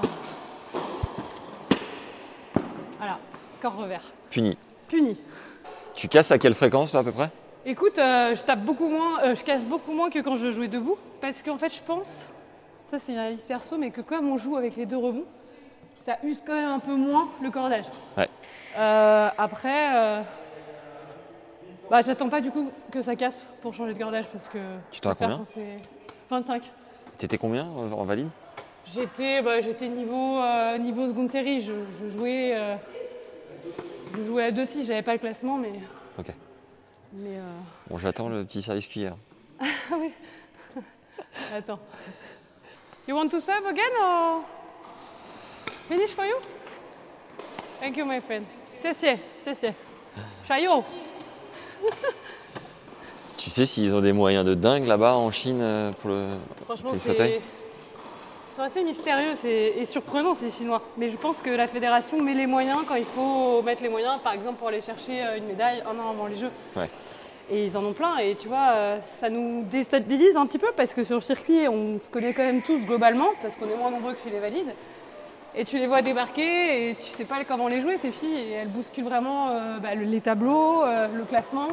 S2: Waouh. Voilà, corps revers.
S1: Puni.
S2: Puni.
S1: Tu casses à quelle fréquence là à peu près
S2: Écoute, euh, je tape beaucoup moins, euh, je casse beaucoup moins que quand je jouais debout, parce qu'en fait, je pense, ça c'est une analyse perso, mais que comme on joue avec les deux rebonds, ça use quand même un peu moins le cordage.
S1: Ouais.
S2: Euh, après, euh, bah, j'attends pas du coup que ça casse pour changer de cordage, parce que.
S1: Tu t'en as
S2: je préfère
S1: combien
S2: quand c'est 25.
S1: T'étais combien euh, en valide
S2: J'étais bah, j'étais niveau, euh, niveau seconde série, je, je jouais. euh, je jouais à 2-6, j'avais pas le classement, mais.
S1: Ok.
S2: Mais. euh,
S1: Bon, j'attends le petit service cuillère.
S2: Ah Attends. You want to serve again or finish for you? Thank you, my friend. 谢谢，谢谢。Chaillot.
S1: Tu sais s'ils ont des moyens de dingue là-bas en Chine euh, pour le.
S2: Franchement,
S1: Quel
S2: c'est.
S1: fauteuil
S2: Ils sont assez mystérieux c'est- et surprenants ces Chinois. Mais je pense que la fédération met les moyens quand il faut mettre les moyens, par exemple pour aller chercher euh, une médaille un an avant les Jeux.
S1: Ouais.
S2: Et ils en ont plein. Et tu vois, euh, ça nous déstabilise un petit peu parce que sur le circuit, on se connaît quand même tous globalement parce qu'on est moins nombreux que chez les valides. Et tu les vois débarquer et tu sais pas comment les jouer ces filles. Et elles bousculent vraiment euh, bah, le- les tableaux, euh, le classement.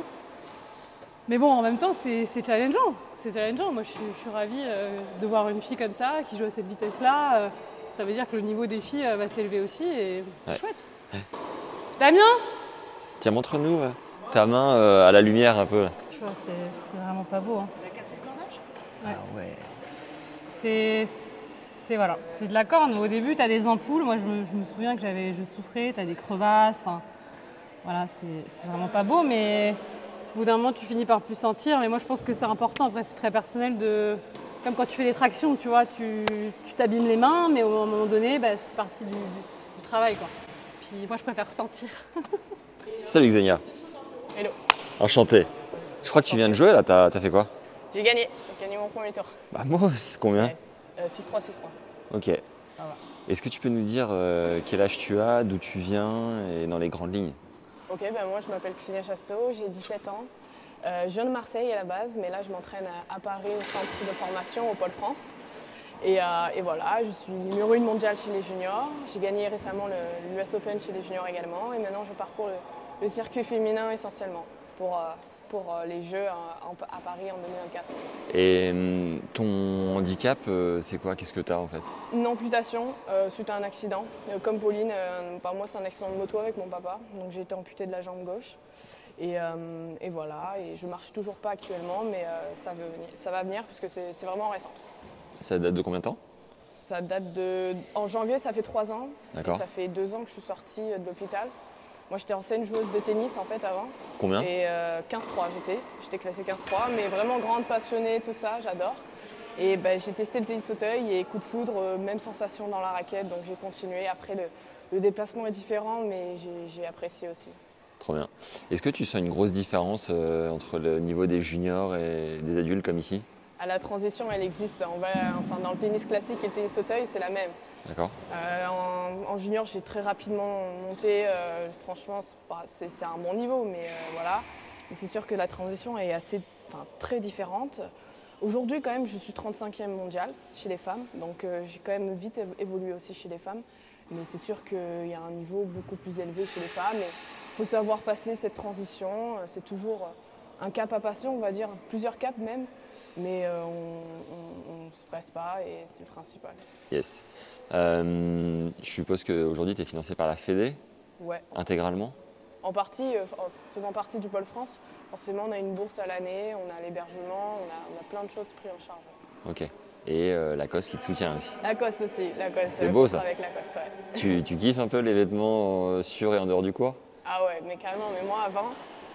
S2: Mais bon, en même temps, c'est c'est challengeant. C'est challengeant. Moi, je, suis- je suis ravie euh, de voir une fille comme ça, qui joue à cette vitesse-là. Euh, ça veut dire que le niveau des filles euh, va s'élever aussi et c'est
S1: Ouais.
S2: chouette. Damien
S1: Eh, Tiens, montre-nous euh, ta main euh, à la lumière un peu. là.
S2: Tu vois, c'est- c'est vraiment pas beau. hein.
S1: ouais.
S2: C'est c'est- voilà, c'est de la corne. Au début, tu as des ampoules. Moi, je me, je me souviens que j'avais, je souffrais. Tu as des crevasses. Enfin, voilà, c'est c'est vraiment pas beau, mais au bout d'un moment, tu finis par plus sentir. Mais moi, je pense que c'est important. Après, c'est très personnel de, comme quand tu fais des tractions, tu vois, tu tu t'abîmes les mains, mais au moment donné, bah, c'est partie du, du travail, quoi. Puis moi, je préfère sentir.
S1: Salut Xenia.
S5: Hello.
S1: Enchanté. Je crois que tu viens de jouer là, t'as t'as fait quoi
S5: J'ai gagné, j'ai gagné mon premier tour.
S1: Bah, Mos, combien
S5: Yes. Euh, 6-3, 6-3.
S1: Ok. Est-ce que tu peux nous dire euh, quel âge tu as, d'où tu viens et dans les grandes lignes
S5: Ok, ben moi je m'appelle Xenia Chasteau, j'ai 17 ans. Euh, je viens de Marseille à la base, mais là je m'entraîne à, à Paris au centre de formation au Pôle France. Et, euh, et voilà, je suis numéro 1 mondiale chez les juniors. J'ai gagné récemment le- l'US Open chez les juniors également. Et maintenant je parcours le, le circuit féminin essentiellement pour, euh, pour euh, les Jeux en- en- à Paris en 2024.
S1: Et hum, ton handicap, euh, c'est quoi Qu'est-ce que t'as en fait
S5: Une amputation euh, suite à un accident. Euh, comme Pauline, euh, bah, moi c'est un accident de moto avec mon papa, donc j'ai été amputée de la jambe gauche. Et, euh, et voilà, et je marche toujours pas actuellement, mais euh, ça, veut venir- ça va venir puisque c'est c'est vraiment récent.
S1: Ça date de combien de temps
S5: Ça date de. En janvier, ça fait trois ans. et
S1: D'accord.
S5: ça fait deux ans que je suis sortie euh, de l'hôpital. Moi j'étais ancienne joueuse de tennis en fait avant,
S1: Combien
S5: et euh, 15-3 j'étais. J'étais classée 15-3, mais vraiment grande passionnée, tout ça, j'adore. Et ben, j'ai testé le tennis sauteuil et coup de foudre, euh, même sensation dans la raquette, donc j'ai continué. Après, le, le déplacement est différent, mais j'ai- j'ai apprécié aussi.
S1: Trop bien. Est-ce que tu sens une grosse différence euh, entre le niveau des juniors et des adultes comme ici
S5: À Ah, la transition, elle existe. On va, enfin, dans le tennis classique et le tennis sauteuil, c'est la même.
S1: D'accord
S5: Euh, en, en junior, j'ai très rapidement monté. euh, franchement, c'est pas- c'est c'est un bon niveau, mais euh, voilà. Mais c'est sûr que la transition est assez, enfin, très différente. Aujourd'hui, quand même, je suis 35e mondiale chez les femmes, donc euh, j'ai quand même vite évo- évolué aussi chez les femmes. Mais c'est sûr qu'il y a un niveau beaucoup plus élevé chez les femmes. Et il faut savoir passer cette transition. Euh, C'est toujours euh, un cap à passer, on va dire, plusieurs caps même. Mais euh, on ne se presse pas et c'est le principal.
S1: Yes. Euh, je suppose qu'aujourd'hui, tu es financé par la Fédé
S5: Ouais.
S1: intégralement.
S5: En partie, euh, en faisant partie du Pôle France, forcément, on a une bourse à l'année, on a l'hébergement, on a, on a plein de choses prises en charge.
S1: Ok. Et euh, Lacoste qui te soutient aussi.
S5: Lacoste aussi, Lacoste.
S1: C'est
S5: euh,
S1: beau, ça.
S5: Avec Lacoste, ouais.
S1: Tu, tu kiffes un peu les vêtements euh, sur et en dehors du cours
S5: Ah ouais, mais carrément, mais moi avant,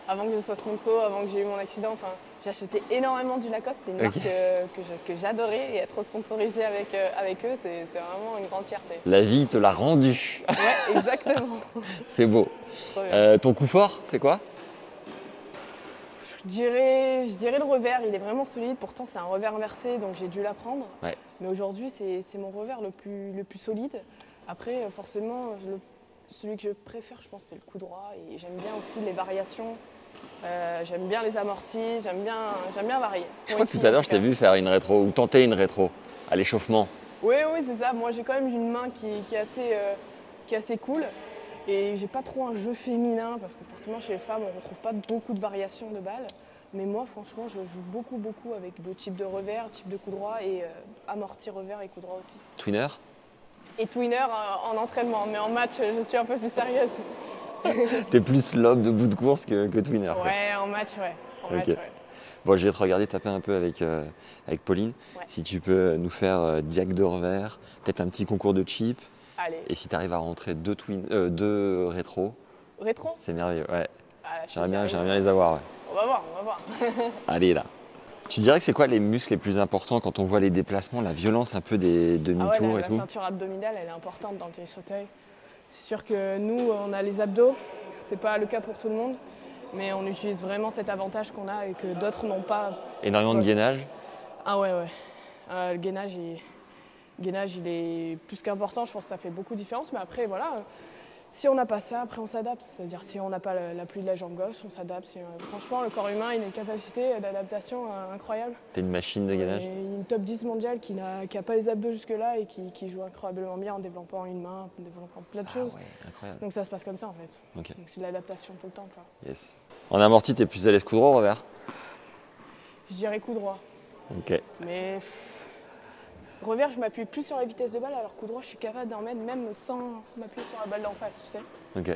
S5: avant que je sois sponsor, avant que j'ai eu mon accident, enfin, j'achetais énormément du Lacoste, c'était une
S1: Ok.
S5: marque euh, que je- que j'adorais et être sponsorisée avec, euh, avec eux, c'est c'est vraiment une grande fierté.
S1: La vie te l'a rendu.
S5: Ouais, exactement.
S1: c'est beau.
S5: Trop bien.
S1: Euh, ton coup fort, c'est quoi
S5: Je dirais, je dirais le revers, il est vraiment solide. Pourtant, c'est un revers inversé, donc j'ai dû l'apprendre.
S1: Ouais.
S5: Mais aujourd'hui, c'est c'est mon revers le plus, le plus solide. Après, euh, forcément, je le- celui que je préfère, je pense, c'est le coup droit. Et j'aime bien aussi les variations. Euh, j'aime bien les amortis, j'aime bien, j'aime bien varier.
S1: Je crois que tout à l'heure, je t'ai vu faire une rétro ou tenter une rétro à l'échauffement.
S5: Oui, oui, c'est ça. Moi, j'ai quand même une main qui, qui est, assez, euh, qui est assez cool. Et j'ai pas trop un jeu féminin, parce que forcément, chez les femmes, on retrouve pas beaucoup de variations de balles. Mais moi, franchement, je joue beaucoup, beaucoup avec le type de revers, type de coup droit et euh, amorti revers et coup droit aussi.
S1: Twinner
S5: Et twinner euh, en entraînement, mais en match, euh, je suis un peu plus sérieuse.
S1: T'es plus l'homme de bout de course que, que Twinner. quoi.
S5: Ouais, en match, ouais. En match,
S1: Ok.
S5: ouais.
S1: Bon, je vais te regarder taper un peu avec, euh, avec Pauline.
S5: Ouais.
S1: Si tu peux nous faire euh, diac de revers, peut-être un petit concours de chip.
S5: Allez,
S1: Et si tu arrives à rentrer deux, twin, euh, deux rétro,
S5: rétro
S1: c'est merveilleux. Ouais,
S5: Ah, là, je suis
S1: j'aimerais bien,
S5: sérieuse.
S1: j'aimerais bien les avoir. ouais.
S5: On va voir, on va voir. Ah
S1: Allez là. Tu dirais que c'est quoi les muscles les plus importants quand on voit les déplacements, la violence un peu des
S5: Ah ouais,
S1: demi-tours
S5: la,
S1: et
S5: la
S1: tout
S5: ceinture abdominale, elle est importante dans le tennis fauteuil. C'est sûr que nous, on a les abdos, c'est pas le cas pour tout le monde, mais on utilise vraiment cet avantage qu'on a et que d'autres n'ont pas.
S1: Énormément de
S5: Ouais.
S1: gainage.
S5: Ah ouais, ouais. Euh, le gainage, il... le gainage, il est plus qu'important, je pense que ça fait beaucoup de différence, mais après, voilà. euh, Si on n'a pas ça, après on s'adapte. C'est-à-dire si on n'a pas la- l'appui de la jambe gauche, on s'adapte. Si, euh, Franchement, le corps humain, il a une capacité d'adaptation euh, incroyable.
S1: T'es une machine de gainage.
S5: Et Une top 10 mondiale qui n'a qui a pas les abdos jusque-là et qui, qui joue incroyablement bien en développant une main, en développant plein de
S1: Ah
S5: choses.
S1: ouais, incroyable.
S5: Donc ça se passe comme ça en fait.
S1: Ok,
S5: Donc c'est de l'adaptation tout le temps. quoi.
S1: yes. En amorti, t'es plus à l'aise coup droit ou revers
S5: Je dirais coup droit.
S1: Ok.
S5: Mais pff, revers, je m'appuie plus sur la vitesse de balle, alors coup droit, je suis capable d'en mettre même sans m'appuyer sur la balle d'en face, tu sais.
S1: Ok.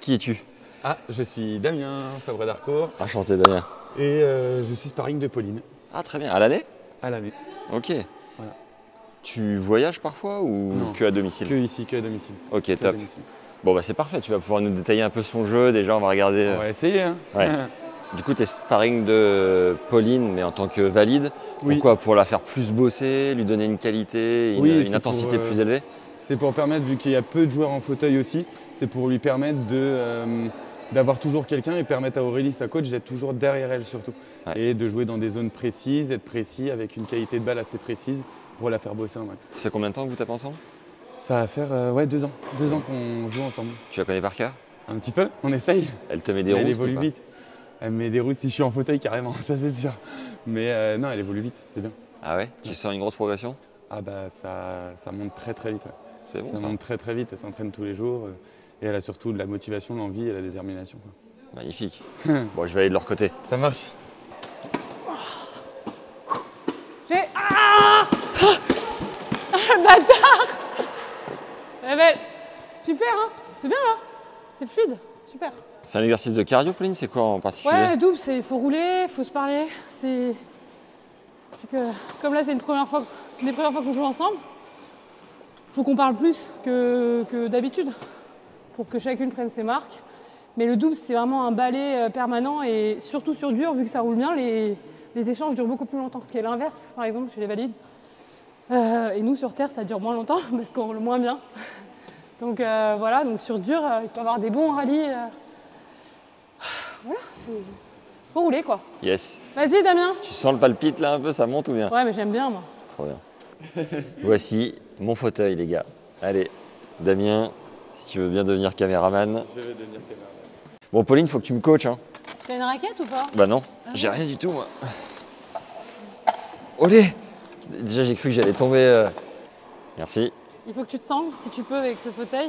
S1: Qui es-tu
S6: Ah, je suis Damien Fabre d'Arcourt
S1: Enchanté Damien.
S6: et euh, je suis sparring de Pauline
S1: Ah très bien, à l'année
S6: à l'année.
S1: Ok.
S6: Voilà.
S1: Tu voyages parfois ou
S6: Non.
S1: que à domicile
S6: Que ici, que à domicile.
S1: Ok,
S6: Que à
S1: top.
S6: domicile.
S1: Bon bah c'est parfait, tu vas pouvoir nous détailler un peu son jeu, déjà on va regarder.
S6: On
S1: euh,
S6: va essayer. Hein.
S1: Ouais. Du coup, t'es sparring de Pauline, mais en tant que valide.
S6: Oui.
S1: Pourquoi Pour la faire plus bosser, lui donner une qualité, une,
S6: Oui,
S1: une
S6: c'est
S1: intensité
S6: pour, euh,
S1: plus élevée
S6: C'est pour permettre, vu qu'il y a peu de joueurs en fauteuil aussi, c'est pour lui permettre de, euh, d'avoir toujours quelqu'un et permettre à Aurélie, sa coach, d'être toujours derrière elle surtout.
S1: Ouais.
S6: Et de jouer dans des zones précises, être précis, avec une qualité de balle assez précise pour la faire bosser un max.
S1: Ça fait combien de temps que vous tapez ensemble
S6: Ça va faire euh, ouais, deux ans. Deux ans qu'on joue ensemble.
S1: Tu la connais par cœur
S6: Un petit peu, on essaye.
S1: Elle te met des
S6: Mais elle
S1: roustes ou
S6: évolue
S1: pas
S6: vite. Elle met des routes si je suis en fauteuil carrément, ça c'est sûr. Mais euh, non, elle évolue vite, c'est bien.
S1: Ah ouais Tu sens une grosse progression
S6: Ah bah ça, ça monte très très vite. ouais.
S1: C'est bon
S6: ça,
S1: ça.
S6: monte très très vite, elle s'entraîne tous les jours. euh, et elle a surtout de la motivation, l'envie et la détermination. quoi.
S1: Magnifique. bon, je vais aller de leur côté.
S6: Ça marche.
S2: J'ai. Ah Ah, le bâtard Eh ben, Super, hein C'est bien, là C'est fluide, super.
S1: C'est un exercice de cardio, Pauline C'est quoi en particulier
S2: Ouais, double, c'est faut rouler, faut se parler. C'est c'est que comme là, c'est une première fois, une des premières fois qu'on joue ensemble. Faut qu'on parle plus que, que d'habitude pour que chacune prenne ses marques. Mais le double, c'est vraiment un balai euh, permanent et surtout sur dur, vu que ça roule bien, les, les échanges durent beaucoup plus longtemps. Ce qui est l'inverse, par exemple, chez les valides. Euh, et nous, sur terre, ça dure moins longtemps parce qu'on roule moins bien. Donc euh, voilà, donc sur dur, euh, il peut y avoir des bons rallyes. euh, voilà, c'est- faut rouler quoi.
S1: Yes.
S2: Vas-y Damien
S1: Tu sens le palpite là un peu, ça monte ou bien
S2: Ouais mais j'aime bien moi.
S1: Trop bien. Voici mon fauteuil, les gars. Allez, Damien, si tu veux bien devenir caméraman.
S6: Je vais devenir caméraman.
S1: Bon, Pauline, faut que tu me coaches. Hein.
S2: T'as une raquette ou pas Ah
S1: Bah non, j'ai rien du tout, moi. Olé Déjà, j'ai cru que j'allais tomber. euh. Merci.
S2: Il faut que tu te sangles, si tu peux, avec ce fauteuil.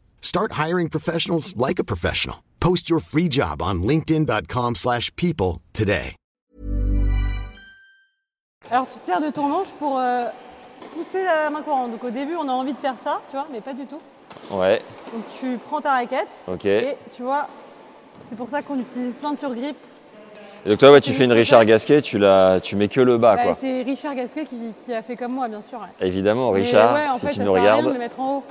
S7: Start hiring professionals like a professional. Post your free job on linkedin.com/people slash people today.
S2: Alors tu te sers de ton longe pour euh, pousser la main courante. Donc au début on a envie de faire ça, tu vois, mais pas du tout.
S1: ouais,
S2: Donc tu prends ta raquette
S1: ok.
S2: et tu vois, c'est pour ça qu'on utilise plein de surgrippes.
S1: Et donc toi, ouais, tu fais une Richard Gasquet, tu, la... tu mets que le bas,
S2: Bah,
S1: quoi.
S2: c'est Richard Gasquet qui, qui a fait comme moi, bien sûr. ouais.
S1: Évidemment,
S2: Mais
S1: Richard,
S2: ouais, en
S1: si
S2: fait,
S1: tu
S2: ça
S1: nous
S2: sert à rien de
S1: regardes.
S2: le mettre en haut.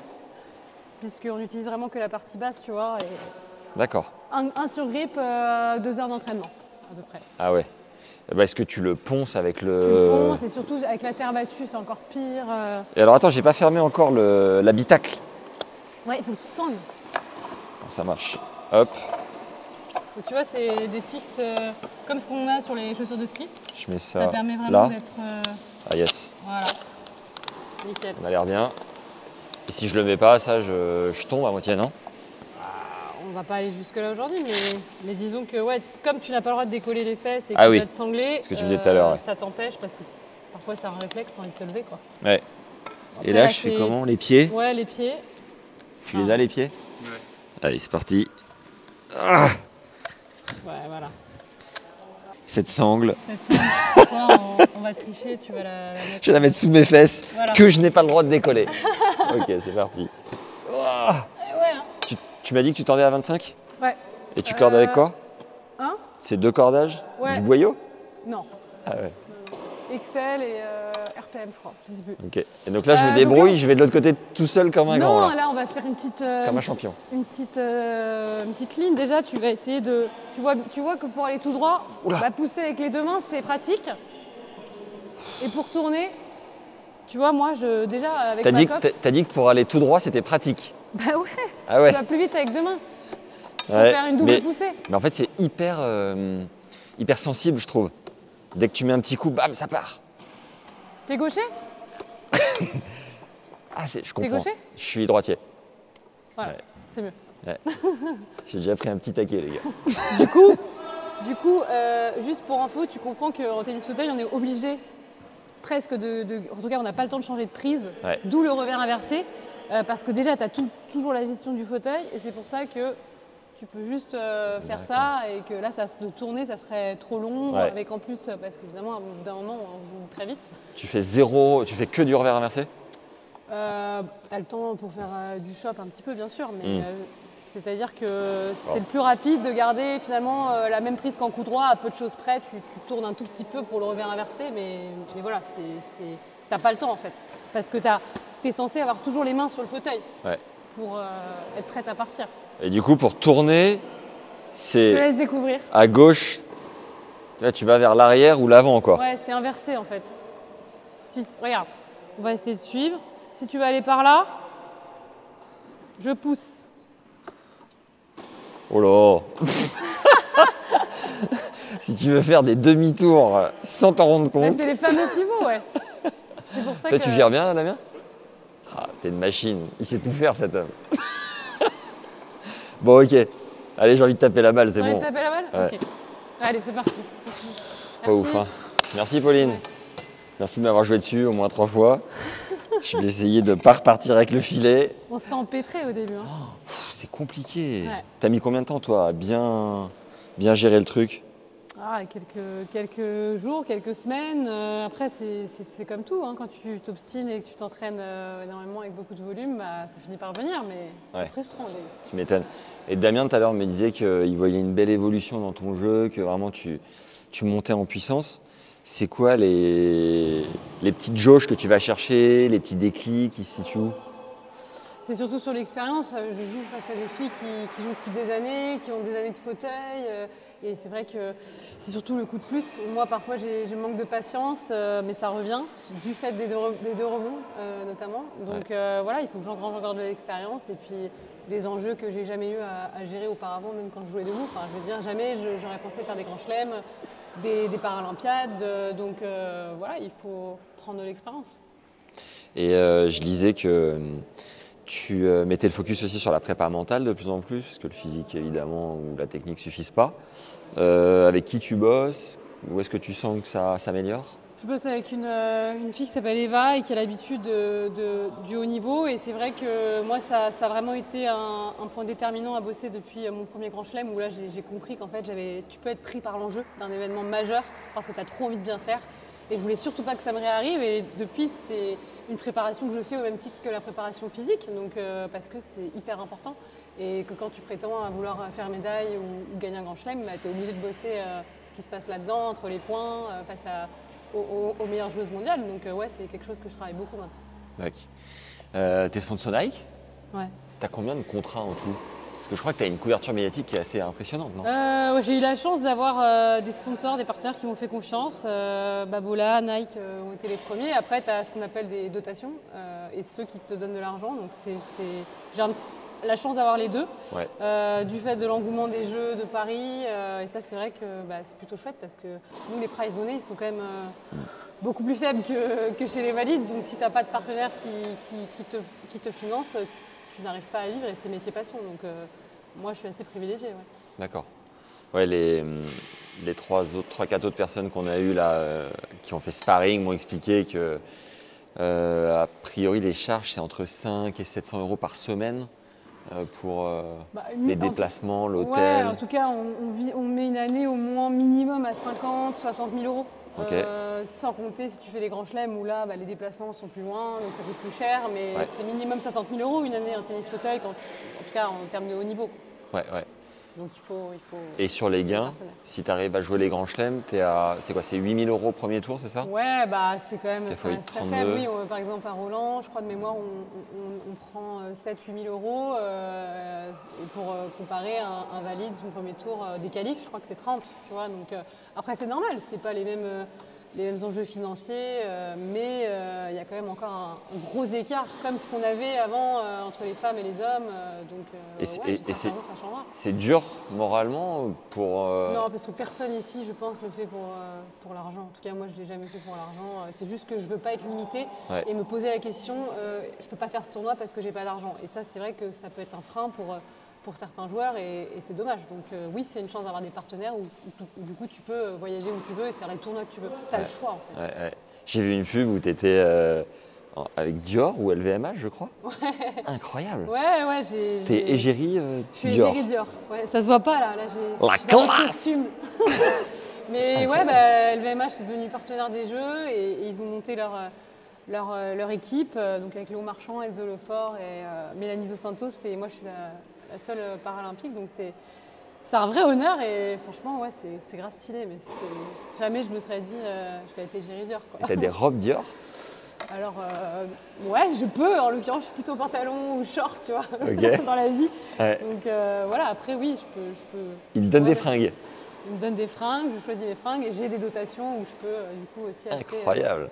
S2: Puisqu'on n'utilise vraiment que la partie basse, tu vois. Et
S1: D'accord.
S2: un, un surgrip, euh, deux heures d'entraînement, à peu près.
S1: Ah ouais. Eh ben, Est-ce que tu le ponces avec
S2: Tu
S1: le.
S2: le ponces, et surtout avec la terre battue, c'est encore pire. euh.
S1: Et alors attends, j'ai pas fermé encore le- l'habitacle.
S2: Ouais, il faut que tu te sangles.
S1: Quand ça marche. Hop,
S2: Et tu vois, c'est des fixes euh, comme ce qu'on a sur les chaussures de ski.
S1: je mets ça,
S2: Ça permet vraiment
S1: là.
S2: d'être. euh,
S1: Ah yes,
S2: voilà. Nickel. Bah,
S1: on a l'air bien. Et si je le mets pas, ça, je, je tombe à moitié, non
S2: On va pas aller jusque-là aujourd'hui, mais, mais disons que ouais, comme tu n'as pas le droit de décoller les fesses et que
S1: Ah
S2: tu
S1: oui.
S2: vas te sangler, euh,
S1: Ce que tu disais tout à l'heure, ouais.
S2: ça t'empêche parce que parfois c'est un réflexe, t'as envie de te lever. Quoi.
S1: Ouais.
S2: Après,
S1: Et là,
S2: là,
S1: je fais
S2: c'est- Ah.
S1: comment Les pieds
S2: Ouais, les pieds.
S1: Tu les as, les pieds Allez, c'est parti. Ah
S2: Ouais, voilà.
S1: Cette sangle.
S2: Cette sangle, toi, on, on va tricher, tu vas la, la mettre.
S1: Je vais la mettre sous mes fesses,
S2: Voilà.
S1: que je n'ai pas le droit de décoller. ok, c'est parti. Ah
S2: Eh ouais, hein.
S1: Tu, tu m'as dit que tu tendais à 25
S2: Ouais.
S1: Et tu cordes avec
S2: Euh,
S1: quoi
S2: hein
S1: C'est deux cordages
S2: Ouais.
S1: Du boyau
S2: Non.
S1: Ah ouais.
S2: Excel et euh, RPM, je crois. Je sais plus.
S1: Ok. Et donc là, je
S2: Euh,
S1: me
S2: donc
S1: débrouille,
S2: là-
S1: je vais de l'autre côté tout seul comme un grand.
S2: non,
S1: là.
S2: là. on va faire une petite. euh,
S1: Comme
S2: une
S1: un
S2: petite-
S1: champion.
S2: Une petite, euh, une petite ligne. Déjà, tu vas essayer de. Tu vois, tu vois que pour aller tout droit,
S1: Oula.
S2: bah, pousser avec les deux mains, c'est pratique. Et pour tourner, tu vois, moi, je déjà avec
S1: T'as
S2: ma
S1: dit, que-
S2: coque,
S1: t'as- t'as dit que pour aller tout droit, c'était pratique.
S2: bah ouais,
S1: Ah ouais.
S2: tu vas plus vite avec deux mains. Pour
S1: Ouais,
S2: faire une double
S1: mais,
S2: poussée.
S1: mais en fait, c'est hyper, euh, hyper sensible, je trouve. Dès que tu mets un petit coup, bam, ça part.
S2: T'es gaucher
S1: Ah, c'est- je comprends.
S2: gaucher
S1: je suis droitier.
S2: Voilà,
S1: Ouais.
S2: c'est mieux.
S1: J'ai déjà pris un petit taquet, les gars.
S2: Du coup, du coup euh, juste pour info, tu comprends qu'en tennis fauteuil, on est obligé presque de, de- En tout cas, on n'a pas le temps de changer de prise,
S1: Ouais.
S2: d'où le revers inversé, euh, parce que déjà, tu as toujours la gestion du fauteuil, et c'est pour ça que tu peux juste euh, faire ça, et que là, ça, se- de tourner, ça serait trop long,
S1: Ouais.
S2: avec en plus, euh, parce qu'évidemment, au bout d'un moment, on joue très vite.
S1: Tu fais zéro, tu fais que du revers inversé
S2: Euh, tu as le temps pour faire euh, du shop un petit peu, bien sûr, mais.
S1: Mm. Oh.
S2: euh, c'est-à-dire que c'est
S1: Wow.
S2: le plus rapide de garder finalement euh, la même prise qu'en coup droit, à peu de choses près, tu, tu tournes un tout petit peu pour le revers inversé, mais, mais voilà, c'est- c'est- t'as pas le temps en fait. Parce que tu es censé avoir toujours les mains sur le fauteuil
S1: Ouais.
S2: pour euh, être prête à partir.
S1: Et du coup, pour tourner,
S2: Je te
S1: c'est
S2: laisse découvrir.
S1: à gauche. Là, tu vas vers l'arrière ou l'avant, quoi.
S2: Ouais, c'est inversé en fait. Si, regarde, on va essayer de suivre. Si tu veux aller par là, je pousse.
S1: Oh là Si tu veux faire des demi-tours euh, sans t'en rendre
S2: Ouais,
S1: compte.
S2: Bah, c'est les fameux pivots, ouais. C'est pour ça
S1: Toi,
S2: que.
S1: tu gères bien, là, Damien Ah, t'es une machine. Il sait tout faire, cet homme. bon, ok. Allez, j'ai envie de taper la balle, c'est
S2: On allait
S1: bon.
S2: taper la balle
S1: Ouais.
S2: Ok. Allez, c'est parti.
S1: Pas ouf, hein. Merci, Pauline. Merci de m'avoir joué dessus au moins trois fois. Je vais essayer de pas repartir avec le filet.
S2: On s'est empêtré au début. hein.
S1: Oh, Pff, C'est compliqué.
S2: Ouais.
S1: T'as mis combien de temps, toi, à bien, bien gérer le truc
S2: Ah, quelques, quelques jours, quelques semaines. euh, après, c'est- c'est c'est comme tout. hein. Quand tu t'obstines et que tu t'entraînes euh, énormément avec beaucoup de volume, bah, ça finit par venir, mais
S1: Ouais.
S2: c'est frustrant au début.
S1: Tu m'étonnes. Et Damien, tout à l'heure, me disait qu'il voyait une belle évolution dans ton jeu, que vraiment tu, tu montais en puissance. C'est quoi les, les petites jauges que tu vas chercher, les petits déclics, ils se situent où
S2: C'est- C'est surtout sur l'expérience. Euh, Je joue face à des filles qui, qui jouent depuis des années, qui ont des années de fauteuil. euh, et c'est vrai que c'est surtout le coup de plus. Moi, parfois, j'ai- je manque de patience, euh, mais ça revient du fait des deux, re- des deux rebonds, euh, notamment. Donc euh, voilà, il faut que j'engrange encore de l'expérience et puis des enjeux que j'ai jamais eu à, à gérer auparavant, même quand je jouais debout. Enfin, je veux dire, jamais je- j'aurais pensé faire des grands chelems, des, des paralympiades. euh, donc euh, voilà, il faut prendre de l'expérience.
S1: Et euh, je lisais que euh, tu euh, mettais le focus aussi sur la prépa mentale de plus en plus, parce que le physique évidemment ou la technique suffisent pas. Euh, avec qui tu bosses Où est-ce que tu sens que ça s'améliore
S2: Je bosse avec une, euh, une fille qui s'appelle Eva et qui a l'habitude de- de- du haut niveau. Et c'est vrai que moi, ça, ça a vraiment été un, un point déterminant à bosser depuis euh, mon premier grand chelem où là, j'ai j'ai compris qu'en fait, j'avais- tu peux être pris par l'enjeu d'un événement majeur parce que tu as trop envie de bien faire. Et je voulais surtout pas que ça me réarrive. Et depuis, c'est une préparation que je fais au même titre que la préparation physique, donc, euh, parce que c'est hyper important. Et que quand tu prétends à vouloir faire médaille ou, ou gagner un grand chelem, bah, tu es obligé de bosser euh, ce qui se passe là-dedans, entre les points, euh, face à aux, aux- aux meilleures joueuses mondiales. Donc euh, ouais, c'est quelque chose que je travaille beaucoup maintenant.
S1: Nike. Bah Euh, T'es sponsor Nike
S2: Ouais.
S1: T'as combien de contrats en tout Parce que je crois que t'as une couverture médiatique qui est assez impressionnante, non
S2: Euh, ouais, J'ai eu la chance d'avoir euh, des sponsors, des partenaires qui m'ont fait confiance. Euh, Babola, Nike euh, ont été les premiers. Après, tu as ce qu'on appelle des dotations euh, et ceux qui te donnent de l'argent. Donc c'est c'est- j'ai un petit- la chance d'avoir les deux.
S1: Ouais.
S2: Euh, du fait de l'engouement des Jeux de Paris. euh, et ça, c'est vrai que bah, c'est plutôt chouette parce que nous, les prize money, ils sont quand même euh, beaucoup plus faibles que, que chez les valides. Donc si tu n'as pas de partenaire qui, qui- qui te, qui te finance, tu, tu n'arrives pas à vivre et c'est métier passion. Donc euh, moi, je suis assez privilégiée. ouais.
S1: D'accord. Ouais, les, hum, les trois autres, trois, quatre autres personnes qu'on a eues là, euh, qui ont fait sparring, m'ont expliqué que, euh, a priori, les charges, c'est entre 5 et 700 euros par semaine euh, pour euh,
S2: Bah,
S1: les
S2: en-
S1: déplacements,
S2: Ouais,
S1: l'hôtel.
S2: en tout cas, on, on vit- on met une année au moins minimum à 50, 60 000 euros.
S1: Ok.
S2: Euh, sans compter si tu fais les grands chelems où là, bah, les déplacements sont plus loin, donc ça coûte plus cher, mais
S1: Ouais.
S2: c'est minimum 60 000 euros une année en tennis fauteuil, quand tu- en tout cas en termes de haut niveau.
S1: Ouais, ouais.
S2: Donc il faut. Il faut
S1: Et sur les gains,
S2: partenaires.
S1: si tu arrives à jouer les grands chelems, t'es à- c'est quoi C'est 8000 euros premier tour, c'est ça
S2: Ouais, bah c'est quand même
S1: Quatre
S2: ça
S1: fois
S2: reste très
S1: 32.
S2: faible. Oui, on- par exemple à Roland, je crois de mémoire, on, on- on prend euh, 7-8 000 euros euh, et pour euh, comparer un, un valide, son premier tour euh, des qualifs, je crois que c'est 30, tu vois. Donc euh, après c'est normal, c'est pas les mêmes euh, les mêmes enjeux financiers, euh, mais euh, il y a quand même encore un, un gros écart comme ce qu'on avait avant euh, entre les femmes et les hommes. euh, donc euh,
S1: Et c'est-
S2: ouais,
S1: et- et
S2: j'espère
S1: c'est-
S2: qu'un jour, ça changera.
S1: C'est dur moralement pour. euh,
S2: Non, parce que personne ici, je pense, le fait pour, euh, pour l'argent. En tout cas, moi, je ne l'ai jamais fait pour l'argent. Euh, C'est juste que je ne veux pas être limitée
S1: Ouais.
S2: et me poser la question, euh, je ne peux pas faire ce tournoi parce que j'ai pas d'argent. Et ça, c'est vrai que ça peut être un frein pour, euh, pour certains joueurs et, et c'est dommage. Donc euh, oui, c'est une chance d'avoir des partenaires où, où- où du coup, tu peux euh, voyager où tu veux et faire les tournois que tu veux. Tu as le choix, en fait.
S1: Ouais, ouais. J'ai vu une pub où tu étais avec Dior ou LVMH, je crois. Incroyable.
S2: Ouais, ouais, j'ai...
S1: T'es
S2: j'ai-
S1: égérie euh,
S2: Je suis
S1: Dior.
S2: égérie Dior. Ouais, ça se voit pas là. là j'ai,
S1: La
S2: je suis dans un
S1: classe
S2: costume. Mais ouais, bah, LVMH est devenu partenaire des Jeux et, et ils ont monté leur, euh, leur, euh, leur équipe, euh, donc avec Léo Marchand, Enzo Lefort et euh, Mélanie Dos Santos. Et moi, je suis la, la seule euh, paralympique, donc c'est, c'est un vrai honneur. Et franchement, ouais, c'est, c'est grave stylé. Mais c'est- jamais je me serais dit, euh, je vais être égérie Dior. Quoi.
S1: Et t'as des robes Dior
S2: Alors, euh, ouais, je peux. En l'occurrence, je suis plutôt pantalon ou short, tu vois,
S1: Ok.
S2: dans la vie.
S1: Ouais.
S2: Donc euh, voilà, après, oui, je peux. Je peux
S1: Ils te donnent
S2: Ouais,
S1: des fringues.
S2: Ils me donnent des fringues, je choisis mes fringues et j'ai des dotations où je peux, euh, du coup, aussi acheter. euh,
S1: Incroyable.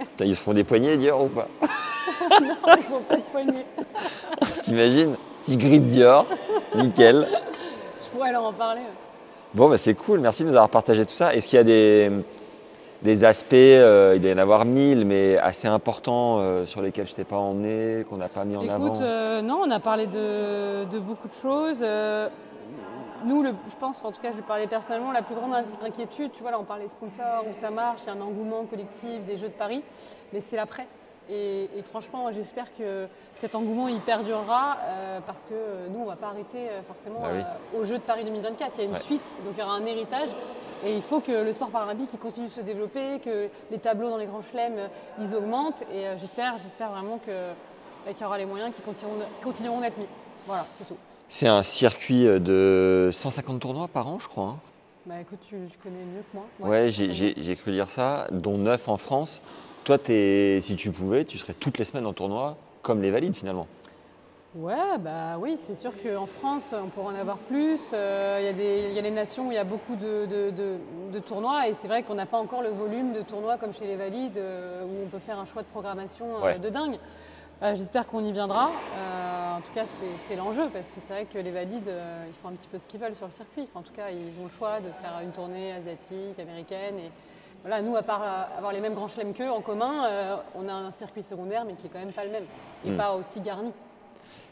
S1: Putain, Ils se font des poignées Dior ou pas
S2: il faut pas de poignée.
S1: T'imagines Petit grip Dior. Nickel.
S2: Je pourrais leur en parler. ouais.
S1: Bon, bah, c'est cool. Merci de nous avoir partagé tout ça. Est-ce qu'il y a des, des aspects, euh, il doit y en avoir mille, mais assez importants euh, sur lesquels je t'ai pas emmené, qu'on n'a pas mis en avant
S2: Écoute, euh, non, on a parlé de, de beaucoup de choses. Euh, nous, le- je pense, enfin, en tout cas, je vais parler personnellement, la plus grande in- inquiétude, tu vois, là, on parlait sponsors, où ça marche, il y a un engouement collectif des Jeux de Paris, mais c'est l'après. Et, et franchement, moi, j'espère que cet engouement, il perdurera, euh, parce que euh, nous, on va pas arrêter euh, forcément
S1: Bah oui.
S2: euh, aux Jeux de Paris 2024. Il y a une
S1: Ouais.
S2: suite, donc il y aura un héritage. Et il faut que le sport paralympique il continue de se développer, que les tableaux dans les grands chelems, euh, ils augmentent. Et euh, j'espère, j'espère vraiment que, et qu'il y aura les moyens qui continueront, continueront d'être mis. Voilà, c'est tout.
S1: C'est un circuit euh, de 150 tournois par an, je crois. hein.
S2: Bah écoute, tu, tu connais mieux que moi.
S1: Ouais, j'ai-
S2: je
S1: j'ai j'ai cru lire ça, dont 9 en France. Toi, t'es- si tu pouvais, tu serais toutes les semaines en tournoi, comme les valides finalement.
S2: connais. Ouais, bah oui, c'est sûr qu'en France, on pourrait en avoir plus. Euh, Il y, a des- il y a les nations où il y a beaucoup de, de- de- de tournois et c'est vrai qu'on n'a pas encore le volume de tournois comme chez les Valides euh, où on peut faire un choix de programmation euh,
S1: Ouais.
S2: de dingue. Euh, J'espère qu'on y viendra. Euh, en tout cas, c'est- c'est l'enjeu parce que c'est vrai que les Valides, euh, ils font un petit peu ce qu'ils veulent sur le circuit. Enfin, en tout cas, ils ont le choix de faire une tournée asiatique, américaine. Et voilà, nous, à part euh, avoir les mêmes grands chelems qu'eux en commun, euh, on a un circuit secondaire mais qui est quand même pas le même et
S1: Mm.
S2: pas aussi garni.